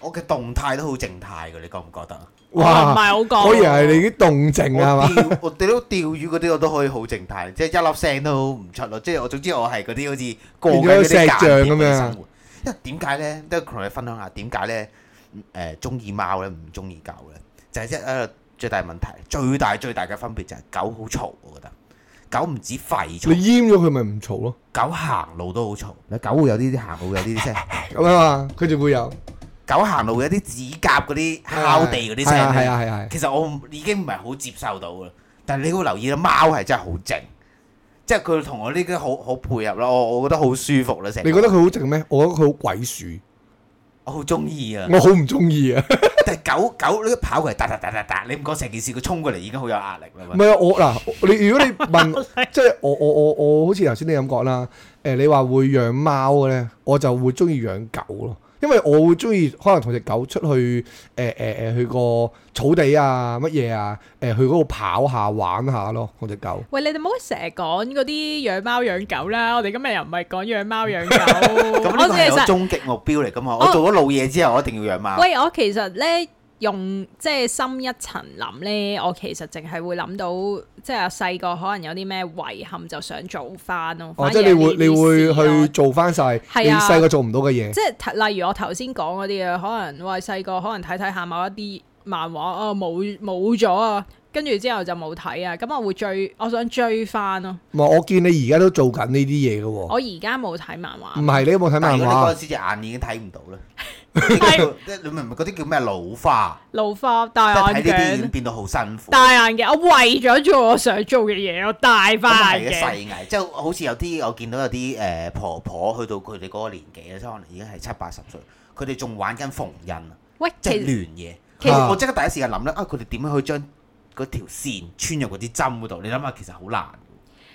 S3: 我嘅動態都好靜態嘅，你覺唔覺得啊？
S2: 我唔係好講
S1: 果然係你啲動靜啊係嘛？
S3: 我釣我釣到釣魚嗰啲我都可以好靜態，即係一粒聲都唔出咯。即係我總之我係嗰啲好似過緊嗰啲
S1: 變咗石像
S3: 間諜
S1: 咁樣
S3: 嘅生活。因為點解咧？都同你分享下點解咧？誒中意貓咧，唔中意狗咧，就係即係一個最大問題，最大最大嘅分別就係狗好嘈，我覺得狗唔止吠
S1: 你
S3: 嘈，
S1: 閹咗佢咪唔嘈咯？
S3: 狗行路都好嘈。你狗會有呢啲行路有呢啲聲，
S1: 咁啊嘛，佢就會有
S3: 狗行路有啲指甲嗰啲敲地嗰啲聲
S1: 係
S3: 呢
S1: 啊係啊係啊係啊，
S3: 其實我已經唔係好接受到啦。但係你會留意到貓係真係好靜，即係佢同我呢啲好好配合咯。我我覺得好舒服啦，成個
S1: 你覺得佢好靜咩？我覺得佢好鬼鼠，
S3: 我好中意啊！
S1: 我好唔中意啊！
S3: 但係狗狗呢跑過嚟，嗒嗒嗒嗒嗒，你唔講成件事，佢衝過嚟已經好有壓力啦
S1: 唔
S3: 嘛。
S1: 係啊，我嗱，你如果你問，即係我我我我好似頭先你咁講啦，誒你話會養貓嘅咧，我就會中意養狗咯，因為我會中意可能同只狗出去誒誒誒去個草地啊乜嘢啊，誒、去嗰度跑下玩下咯，同只狗。
S2: 喂，你哋唔好成日講嗰啲養貓養狗啦，我哋今日又唔係講養貓 養狗，
S3: 咁呢個係
S2: 其
S3: 我
S2: 實
S3: 終極目標嚟噶嘛。
S1: 哦
S2: 我
S3: 我做咗老嘢之後，我一定要養貓。
S2: 喂，我其實咧用即係深一層諗咧，我其實淨係會諗到即係細個可能有啲咩遺憾就想做翻咯，
S1: 哦，
S2: 反
S1: 即係
S2: 而
S1: 你會
S2: 係呢
S1: 你
S2: 啲
S1: 會
S2: 事咯
S1: 去做翻晒你
S2: 啊係啊
S1: 細個做唔到嘅嘢。
S2: 即係例如我頭先講嗰啲啊，可能喂細個可能睇睇下某一啲漫畫啊，冇冇咗啊，跟住之後就冇睇啊，咁我會追，我想追翻咯。
S1: 唔係，我見你而家都做緊呢啲嘢嘅喎。
S2: 我而家冇睇漫
S1: 唔
S2: 畫，
S1: 係你有冇睇
S3: 但係
S1: 漫
S3: 如果你
S1: 畫啊
S3: 嗰？陣時隻眼已經睇唔到 啦，呢個叫即係你明唔明嗰啲叫咩老花？
S2: 老花
S3: 即
S2: 戴
S3: 係睇呢啲已
S2: 眼
S3: 經
S2: 鏡，
S3: 變到好辛苦。
S2: 戴眼鏡，我為咗做我想做嘅嘢，我戴
S3: 咁啊
S2: 翻
S3: 係
S2: 眼
S3: 嘅
S2: 鏡。
S3: 細藝，即係好似有啲我見到有啲誒、呃婆婆去到佢哋嗰個年紀咧，即係可能已經係七八十歲，佢哋仲玩緊縫紉啊，
S2: 喂，
S3: 即係
S2: 其
S3: 亂嘢。
S1: 其
S3: 其
S1: 實
S3: 實我即刻第一時間諗咧，啊佢哋點樣去將嗰條線穿入嗰啲針嗰度？你諗下，其實好難。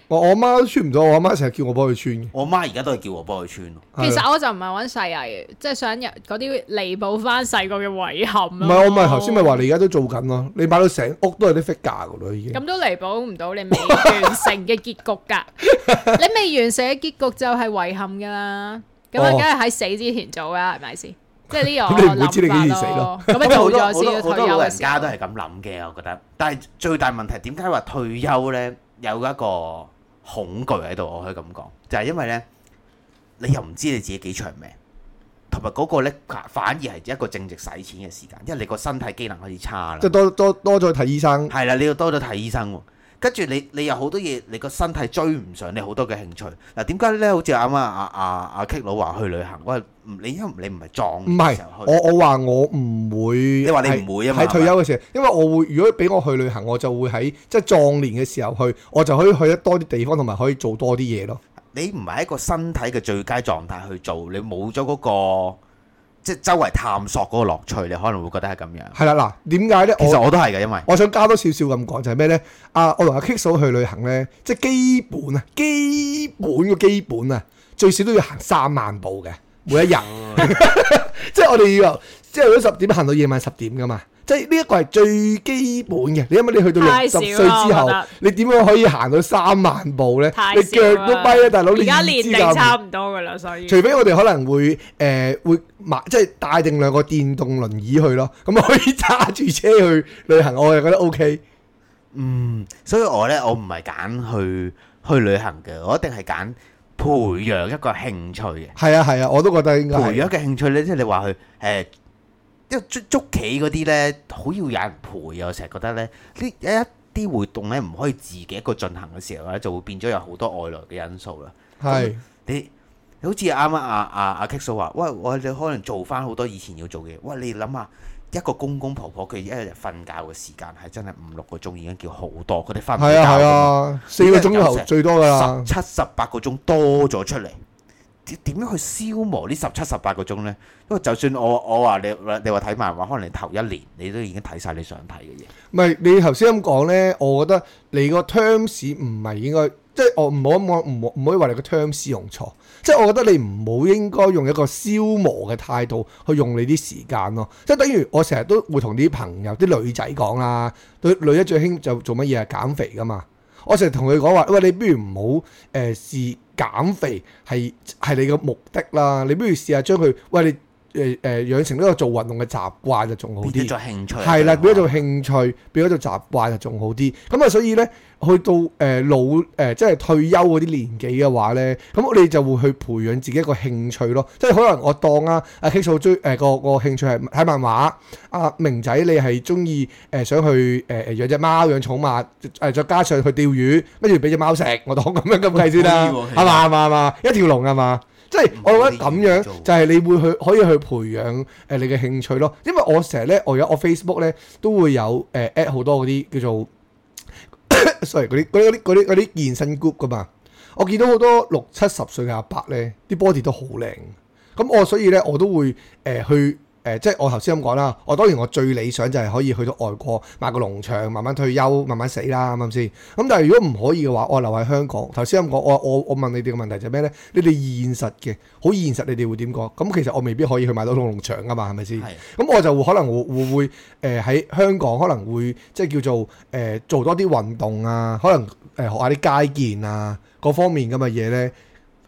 S1: 我我媽都穿唔到，我媽成日叫我幫佢穿嘅。
S3: 我媽而家都係叫我幫佢穿咯。
S2: 其
S1: 係啊
S2: 實我就唔係揾細藝，即係想入嗰啲彌補翻細個嘅遺憾
S1: 唔
S2: 咯。
S1: 係我咪頭先咪話你而家都做緊咯，你買到成屋都係啲 figure 噶啦已經。
S2: 咁都彌補唔到你未完成嘅結局 㗎，你未完成嘅結局就係遺憾㗎啦。咁啊，
S1: 哦
S2: 梗係喺死之前做啦，係咪先？即係呢
S1: 咁
S2: 個
S1: 你唔會知你幾時死咯
S2: 咯。 咁啊，
S3: 好
S2: 做
S3: 多
S2: 咗
S3: 好多
S2: 先
S3: 好
S2: 退休
S3: 多老
S2: 嘅
S3: 人
S2: 時
S3: 家
S2: 候
S3: 都係咁諗嘅，我覺得。但係最大問題點解話退休咧有一個恐懼喺度？我可以咁講，就係、因為咧你又唔知你自己幾長命，同埋嗰個咧反而係一個正值使錢嘅時間，因為你個身體機能開始差啦
S1: 即係。多多多咗去睇醫生，
S3: 係啦，你要多咗睇醫生喎。跟住你，你有好多嘢，你個身體追唔上你好多嘅興趣。嗱，點解咧？好似啱啱阿阿阿 K 佬話去旅行，我係唔你因為你唔係撞
S1: 唔係
S3: 嘅時候去，
S1: 我我話我唔會。嗯你
S3: 你話你唔會啊嘛
S1: 喺退休嘅時候，因為我會如果俾我去旅行，我就會喺即係壯年嘅時候去，我就可以去得多啲地方，同埋可以做多啲嘢咯。
S3: 你唔係一個身體嘅最佳狀態去做，你冇咗嗰個即係周圍探索嗰個樂趣，你可能會覺得係咁樣。
S1: 係啦，嗱，點解咧？
S3: 其
S1: 我
S3: 實我都係嘅，因為
S1: 我想加多少少咁講，就係咩呢？啊，我同阿 Kick 嫂去旅行呢，即係基本啊，基本個基本啊，最少都要行三萬
S2: 哦
S1: 步嘅每一日，即係我哋要由朝頭早十點行到夜晚十點噶嘛。即即係呢一個係最基本嘅。你諗下，你去到六
S2: 太
S1: 十
S2: 少
S1: 歲之
S2: 啦，我
S1: 後
S2: 覺，得
S1: 你點樣可以行到三萬步咧
S2: 太？
S1: 你
S2: 少
S1: 腳
S2: 啦
S1: 都跛啦，啊大佬，你
S2: 而家
S1: 年
S2: 年
S1: 資
S2: 齡
S1: 夠唔
S2: 差唔多噶啦，所以
S1: 除非我哋可能會誒、呃、會買即係帶定兩個電動輪椅去咯，咁可以揸住車去旅行，我係覺得 O K。
S3: 嗯，所以我呢，我唔係揀去去旅行嘅，我一定係揀培養一個興趣嘅。
S1: 係啊係啊，我都覺得應該
S3: 培養
S1: 係。
S3: 嘅興趣呢，即係你話佢誒，因為捉捉棋嗰啲呢，好要有人陪啊！我成日覺得呢，呢一啲活動呢，唔可以自己一個進行嘅時候呢，就會變咗有好多外來嘅因素啦。
S1: 係
S3: 你你好似啱啱阿阿阿 K 嫂話，喂，我哋可能做翻好多以前要做嘅嘢。喂，你諗下，一個公公婆婆佢一日瞓覺嘅時間係真係五六個鐘已經叫好多，佢哋瞓唔
S1: 係啊係
S3: 到
S1: 啊，四個鐘頭最多㗎啦
S3: 覺，。十七十八個鐘多咗出嚟。點點樣去消磨呢十七十八個鐘呢？因為就算我我話你你話睇漫畫，可能你頭一年你都已經睇晒你想睇嘅嘢。
S1: 唔係你頭先咁講咧，我覺得你個 terms 唔係應該，即係我唔好咁講，唔好唔可以話你個 terms 用錯。即係我覺得你唔好應該用一個消磨嘅態度去用你啲時間咯。即係等於我成日都會同啲朋友、啲女仔講啦，對女仔最興就做乜嘢啊？減肥噶嘛。我成日同佢講話，喂，你不如唔好誒試減肥係係你嘅目的啦，你不如試下將佢，喂你誒誒、呃、養成呢個做運動嘅習慣就仲好
S3: 變
S1: 啲
S3: 咗。做興趣啊
S1: 係啦，變咗做
S3: 興
S1: 興趣，變咗做習慣就仲好啲。咁啊，所以咧，去到誒、呃老誒、呃即係退休嗰啲年紀嘅話咧，咁我哋就會去培養自己一個興趣咯。即係可能我當啊，阿 K 嫂追誒、呃、個個興趣係睇漫畫，阿、明仔你係中意誒想去誒誒、呃、養只貓、養寵物，誒、再加上去釣魚，跟住俾只貓食，我當咁樣咁計先啦
S3: 好啲喎，其實
S1: 係嘛係嘛係嘛，一條龍係啊嘛。即係我覺得咁樣就係你會去可以去培養誒你嘅興趣咯，因為我成日咧，我而家我 Facebook 咧都會有誒 at 好多嗰啲叫做 sorry 嗰啲嗰啲嗰啲嗰啲健身 group 噶嘛，我見到好多六七十歲嘅阿伯咧，啲 body 都好靚，咁我所以咧我都會誒、呃去。誒、即係我頭先咁講啦，我當然我最理想就係可以去到外國買個農場，慢慢退休，慢慢死啦，啱唔啱先？咁但係如果唔可以嘅話，我留喺香港。頭先咁講，我我我問你哋嘅問題就係咩咧？你哋現實嘅，好現實，你哋會點講？咁其實我未必可以去買到農場噶嘛，係咪先？
S3: 係
S1: 咁我就會可能會會會誒喺香港可能會即係叫做誒、呃做多啲運動啊，可能誒、呃、學下啲街健啊嗰方面咁嘅嘢咧。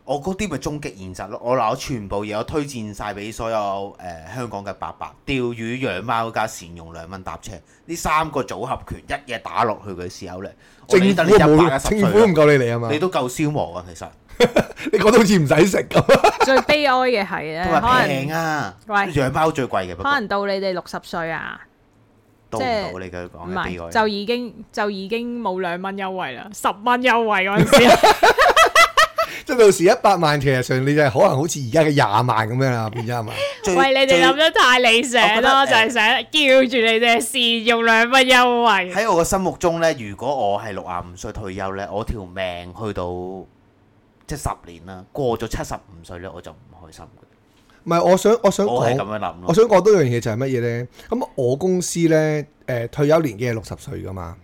S3: 我嗰啲咪終極現實咯！我嗱，我全部嘢我推薦晒俾所有誒、呃香港嘅伯伯，釣魚、養貓加善用兩蚊搭車，呢三個組合拳一嘢打落去嘅時候咧，我
S1: 政府
S3: 理得你一百一
S1: 冇，
S3: 十
S1: 政府都唔
S3: 歲啦，
S1: 夠你嚟啊嘛！
S3: 你都夠消磨啊！其實
S1: 你講到好似唔使食咁。啊
S2: 最悲哀嘅係咧，
S3: 同
S2: 可
S3: 埋
S2: 能
S3: 平啊，
S2: 喂
S3: 養貓最貴嘅，
S2: 可
S3: 不過
S2: 能到你哋六十歲啊。
S3: 到
S2: 即係
S3: 唔到你嘅
S2: 唔
S3: 講嘅悲
S2: 係，
S3: 哀。
S2: 就已經就已經冇兩蚊優惠啦， 十蚊優惠嗰陣時，
S1: 即係到時一百萬，其實上你就係可能好似而家嘅廿萬咁樣啦，變咗係嘛？
S3: 最
S2: 喂你哋諗得太理想
S3: 我覺得
S2: 咯，
S3: 誒
S2: 就係想叫住你哋試用兩蚊優惠。
S3: 喺我嘅心目中呢，如果我係六廿五歲退休呢，我條命去到即係十年啦，過咗七十五歲呢，我就唔開心嘅。
S1: 唔係，我想我想
S3: 我係咁
S1: 講，
S3: 樣諗
S1: 我
S3: 咯。
S1: 想講多樣嘢就係乜嘢咧？咁我公司咧，誒、退休年紀係六十歲噶嘛。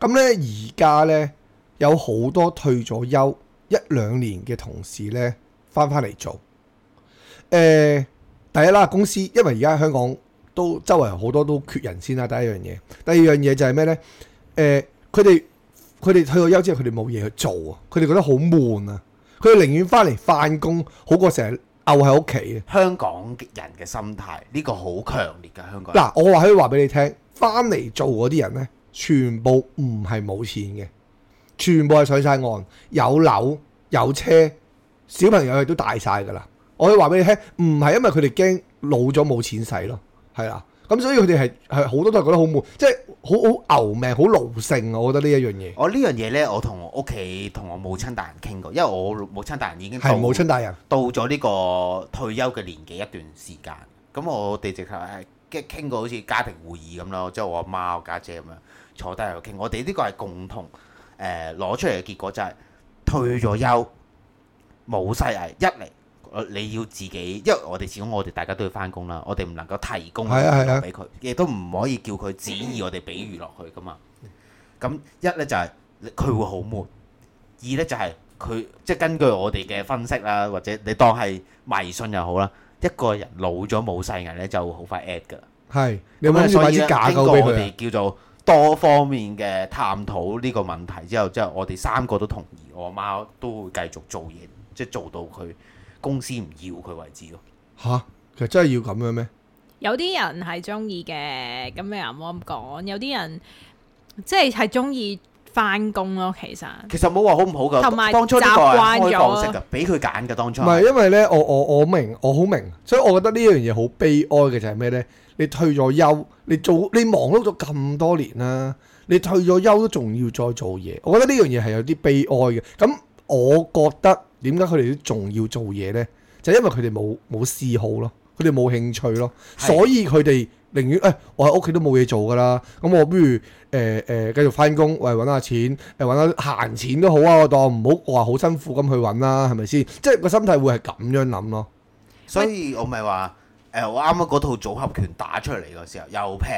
S1: 咁咧而家咧有好多退咗休一兩年嘅同事咧，翻翻嚟做。誒、第一啦，公司因為而家香港都周圍好多都缺人先啦，第一樣嘢。第二樣嘢就係咩咧？誒、佢哋佢哋退咗休之後，佢哋冇嘢去做啊，佢哋覺得好悶啊，佢哋寧願翻嚟翻工，好過成日漚喺屋企啊。
S3: 香港人嘅心態呢個好強烈嘅香港人。
S1: 嗱，我話可以話俾你聽，翻嚟做嗰啲人呢，全部唔係冇錢嘅，全部係上晒岸，有樓有車，小朋友亦都大晒㗎啦。我可以話俾你聽，唔係因為佢哋驚老咗冇錢使咯，係啦。咁所以佢哋係係好多都係覺得好悶，即係好好牛命，好勞性啊！我覺得呢一樣嘢
S3: 我呢樣嘢呢，我同我屋企同我母親大人傾過，因為我母親大人已經到
S1: 係母親大人，
S3: 到咗呢個退休嘅年紀一段時間，咁我哋直頭係即係傾過好似家庭會議咁咯，即係我阿媽、我家姐咁樣坐低喺度傾。我哋呢個係共同誒攞、出嚟嘅結果就係、退咗休冇世藝，一嚟呃你要自己，因為我哋始終我哋大家都要翻工啦，我哋唔能夠提供
S1: 係啊
S3: 娛
S1: 係啊
S3: 樂俾佢，亦都唔可以叫佢指意我哋俾娛樂佢噶嘛。咁一呢就係、佢會好悶。二咧就係佢即係根據我哋嘅分析啦，或者你當係迷信又好啦，一個人老咗冇世藝咧就好快 at 噶啦。
S1: 係你有冇諗住
S3: 咁
S1: 買
S3: 啊所以
S1: 支
S3: 咧
S1: 架
S3: 經
S1: 救
S3: 過
S1: 俾
S3: 我
S1: 佢啊？
S3: 哋叫做多方面嘅探討呢個問題之後，之後我哋三個都同意，我媽都會繼續做嘢，即係做到佢公司唔要佢為止咯。
S1: 吓，其實真係要咁樣咩？
S2: 有啲人係中意嘅，咁你又唔好咁講。有啲人即係係中意翻工咯，其實
S3: 其實冇話好唔好
S2: 同埋
S3: 㗎，當初呢個係
S2: 習慣咗
S3: 開放式㗎，俾佢揀㗎當初
S1: 唔。係因為咧，我我我明，我好明，所以我覺得呢樣嘢好悲哀嘅就係咩咧？你退咗休，你做你忙碌咗咁多年啦，你退咗休都仲要再做嘢，我覺得呢樣嘢係有啲悲哀嘅。咁我覺得點解佢哋都仲要做嘢咧？就因為佢哋冇冇嗜好咯，佢哋冇興趣咯，
S3: 係
S1: 所以佢哋寧願誒、哎我喺屋企都冇嘢做㗎啦，咁我不如誒誒、呃呃繼續翻工，喂揾下錢，誒揾下閒錢都好啊，我當唔好話好辛苦咁去揾啦，係咪先？即係個心態會係咁樣諗咯。
S3: 所以我咪話誒，我啱啱嗰套組合拳打出嚟嘅時候又平。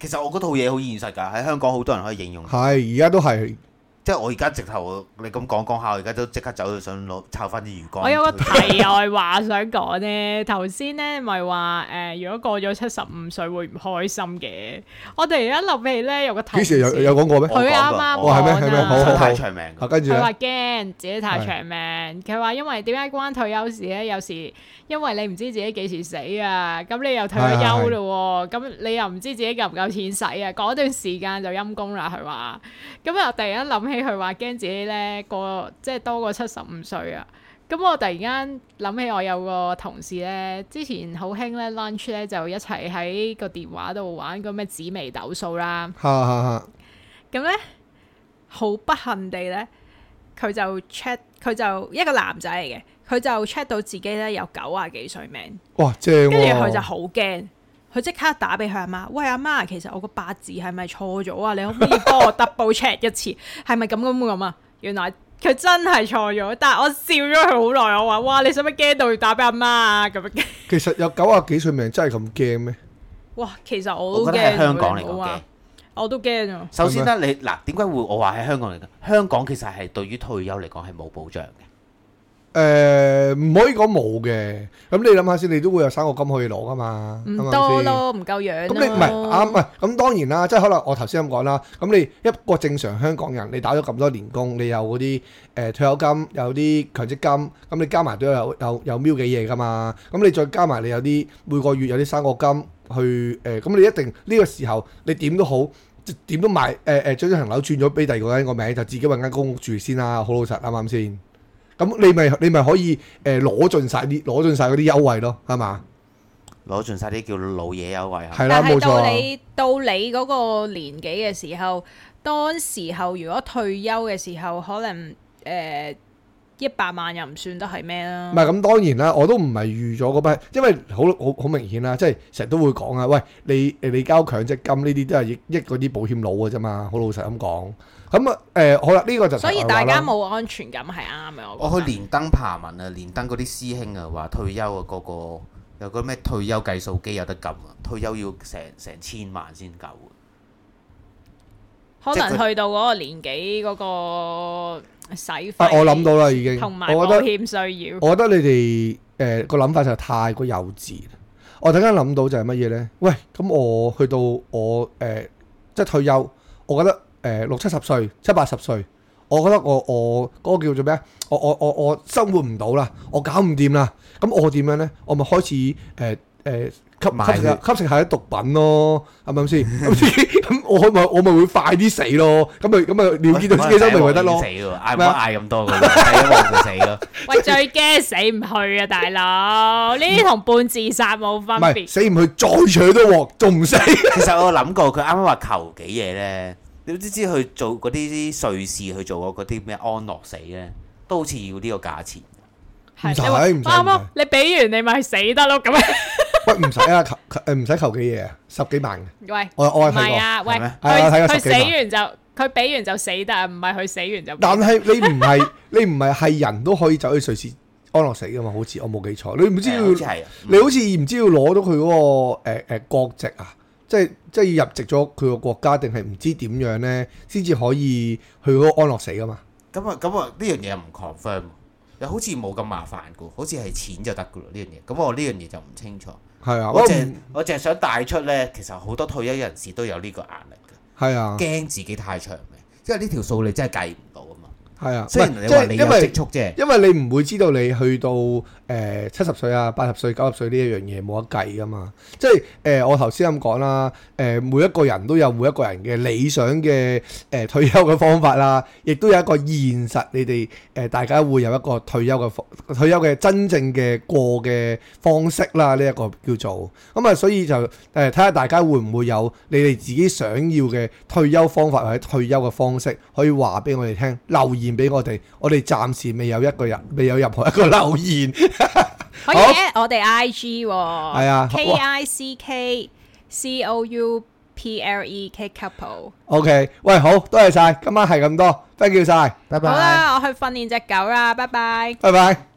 S3: 其實我嗰套嘢好現實㗎，喺香港好多人可以應用。
S1: 係，而家都係
S3: 即係我而家直頭你咁講講下，我而家都即刻走去想攞抄翻啲魚缸。
S2: 我有個題外話想講呢，頭先呢咪話誒，如果過咗七十五歲會唔開心嘅。我突然間諗起呢，有個頭
S1: 幾時有
S2: 先
S1: 有講過咩？
S2: 佢啱啱
S1: 哦係咩係咩
S2: 講
S1: 好好
S2: 啊
S1: 好
S3: 太長命㗎
S1: 啊，跟住
S2: 佢話
S1: 咧，
S2: 驚自己太長命，佢話因為點解關退休事咧？有時因為你唔知自己幾時死啊，咁你又退咗休咯喎，咁你又唔知自己夠唔夠錢使啊，嗰段時間就陰公啦。佢話，咁又突然間諗起佢話驚自己咧過即係多過七十五歲啊。咁我突然間諗起我有個同事咧，之前好興咧 lunch 咧就一齊喺個電話度玩個咩紫微斗數啦。
S1: 嚇嚇嚇，
S2: 咁咧好不幸地咧，佢就 check 佢就一個男仔嚟嘅，佢就 check 到自己咧有九啊幾歲命，
S1: 哇正
S2: 跟住佢就
S1: 喎！
S2: 好驚。佢即刻打俾佢阿媽，喂阿媽，其實我個八字係咪錯咗啊？你可唔可以幫我 double check 一次，係咪咁咁咁啊？原來佢真係錯咗，但係我笑咗佢好耐，我話哇，你使唔使驚到要打俾阿媽啊？咁樣，
S1: 其實有九啊幾歲命真係咁驚咩？
S2: 哇，其實我
S3: 我
S2: 都
S3: 覺得喺
S2: 驚，
S3: 香港嚟講
S2: 我
S3: 嘅
S2: 話。我都驚啊！
S3: 首先咧，你嗱點解會我話喺香港嚟講？香港其實係對於退休嚟講係冇保障嘅。
S1: 呃誒唔、可以講冇嘅，咁你諗下先，你都會有生果金可以攞噶嘛，
S2: 唔
S1: 係咪
S2: 多
S1: 先
S2: 咯，唔夠養
S1: 咁你唔係
S2: 咯
S1: 啱，唔係咁當然啦，即係可能我頭先咁講啦。咁你一個正常香港人，你打咗咁多年工，你有嗰啲誒退休金，有啲強積金，咁你加埋都有有有喵幾嘢噶嘛。咁你再加埋你有啲每個月有啲生果金去誒，咁、你一定呢個時候你點都好。即點都賣誒誒，將層樓轉咗俾第二個人個名，就自己揾間公屋住先啦。好老實，啱唔啱先？咁你咪你咪可以誒攞、盡晒啲攞盡晒嗰啲優惠咯，係嘛？
S3: 攞盡晒啲叫老嘢優惠啊！
S1: 係啦，
S2: 但
S1: 冇
S2: 係
S1: 錯
S2: 到
S1: 啊。
S2: 你到你嗰個年紀嘅時候，當時候如果退休嘅時候，可能誒一百萬又唔算得係咩啦
S1: 唔。係咁當然啦，我都唔係預咗嗰筆，因為好好好明顯啦，即係成日都會講啊，喂，你你交強積金呢啲都係益益嗰啲保險佬嘅啫嘛，好老實咁講。咁啊誒好啦，呢、個就
S2: 所以
S1: 題外話
S2: 大家
S1: 啦
S2: 冇安全感係啱嘅，
S3: 我
S2: 我覺
S3: 去
S2: 得。
S3: 哦連登爬文啊，連登嗰啲師兄啊話退休啊，個個有個咩退休計數機有得撳啊，退休要成成千萬先夠啊。
S2: 可
S3: 即係
S2: 能去到嗰個年紀嗰個使費，
S1: 啊，我諗到啦已經，
S2: 同埋
S1: 我
S2: 保
S1: 覺得
S2: 險需 要。
S1: 我覺得你哋誒個諗法就太過幼稚啦。我突然間諗到就係乜嘢呢？喂，咁我去到我誒、呃即係退休，我覺得誒、呃六七十歲、七八十歲，我覺得我我嗰、個叫做咩啊？我我我我生活唔到啦，我搞唔掂啦。咁我點樣呢？我咪開始誒誒。呃吸吸
S3: 賣
S1: 食
S3: 血
S1: 下吸食下啲毒品咯，係咪先？咁咁我咪我咪會快啲死咯，咁咪咁咪了結到自己生命咪得咯啊
S3: 死。喎！嗌唔好嗌咁多嘅，嗌一望就死咯。
S2: 喂，最驚死唔去啊，大佬！呢啲同半自殺冇分
S1: 唔係
S2: 別。
S1: 死唔去再搶都鑊，仲唔死？
S3: 其實我諗過，佢啱啱話求幾嘢咧，你知唔知佢做嗰啲瑞士去做過嗰啲咩安樂死咧，都好似要呢個價錢。
S2: 係
S1: 唔使
S2: 你話
S1: 唔使
S2: 啱
S1: 唔使
S2: 啊！你俾完你咪死得咯，咁樣。
S1: 喂，唔使啊，求求誒唔使求幾嘢啊，十幾萬嘅，
S2: 喂，
S1: 我我係
S2: 唔
S1: 睇
S2: 係
S1: 過。
S2: 啊，喂，
S3: 係咩
S2: 佢
S1: 係啊睇過
S2: 佢
S1: 十幾
S2: 死
S1: 萬
S2: 完就佢俾完就死得啊，唔係佢死完就。
S1: 但係你唔 係你唔係係人都可以走去瑞士安樂死噶嘛？好似我冇記錯，你唔知
S3: 誒
S1: 要
S3: 好似係啊
S1: 你好似唔知要攞到佢嗰個誒誒國籍啊，即係即係要入籍咗佢個國家定係唔知點樣咧，先至可以去嗰個安樂死噶嘛？
S3: 咁啊，咁啊，呢樣嘢唔 confirm，又好似冇咁麻煩噶，好似係錢就得噶咯呢樣嘢。咁我呢樣嘢就唔清楚。
S1: 係啊，
S3: 我
S1: 我
S3: 淨
S1: 唔
S3: 我淨係想帶出呢，其實好多退休人士都有呢個壓力
S1: 係啊
S3: 嘅，，驚自己太長命，因為呢條數你真係計唔到啊嘛。
S1: 係啊，
S3: 雖
S1: 唔係
S3: 然你
S1: 即
S3: 話
S1: 係
S3: 你有
S1: 因為
S3: 積蓄啫，
S1: 因為你唔會知道你去到誒七十歲啊、八十歲、九十歲呢一樣嘢冇得計噶嘛。即係誒、呃我頭先咁講啦，誒、每一個人都有每一個人嘅理想嘅誒、呃退休嘅方法啦，亦都有一個現實，你哋誒、呃大家會有一個退休嘅方退休嘅真正嘅過嘅方式啦，呢、一個叫做咁啊，所以就誒睇下大家會唔會有你哋自己想要嘅退休方法或者退休嘅方式，可以話俾我哋聽，留言俾我哋，我哋暫時未有一個人未有任何一個留言。
S2: 可以
S1: 好
S2: at 我哋 IG 喎，係
S1: 啊
S2: ，K
S1: 哇
S2: I C K C O U P L E K couple。
S1: OK，喂，好多謝晒，今晚係咁多，thank you 晒，
S3: 拜
S2: 好啦，我去訓練只狗啦，拜拜。
S1: 拜拜。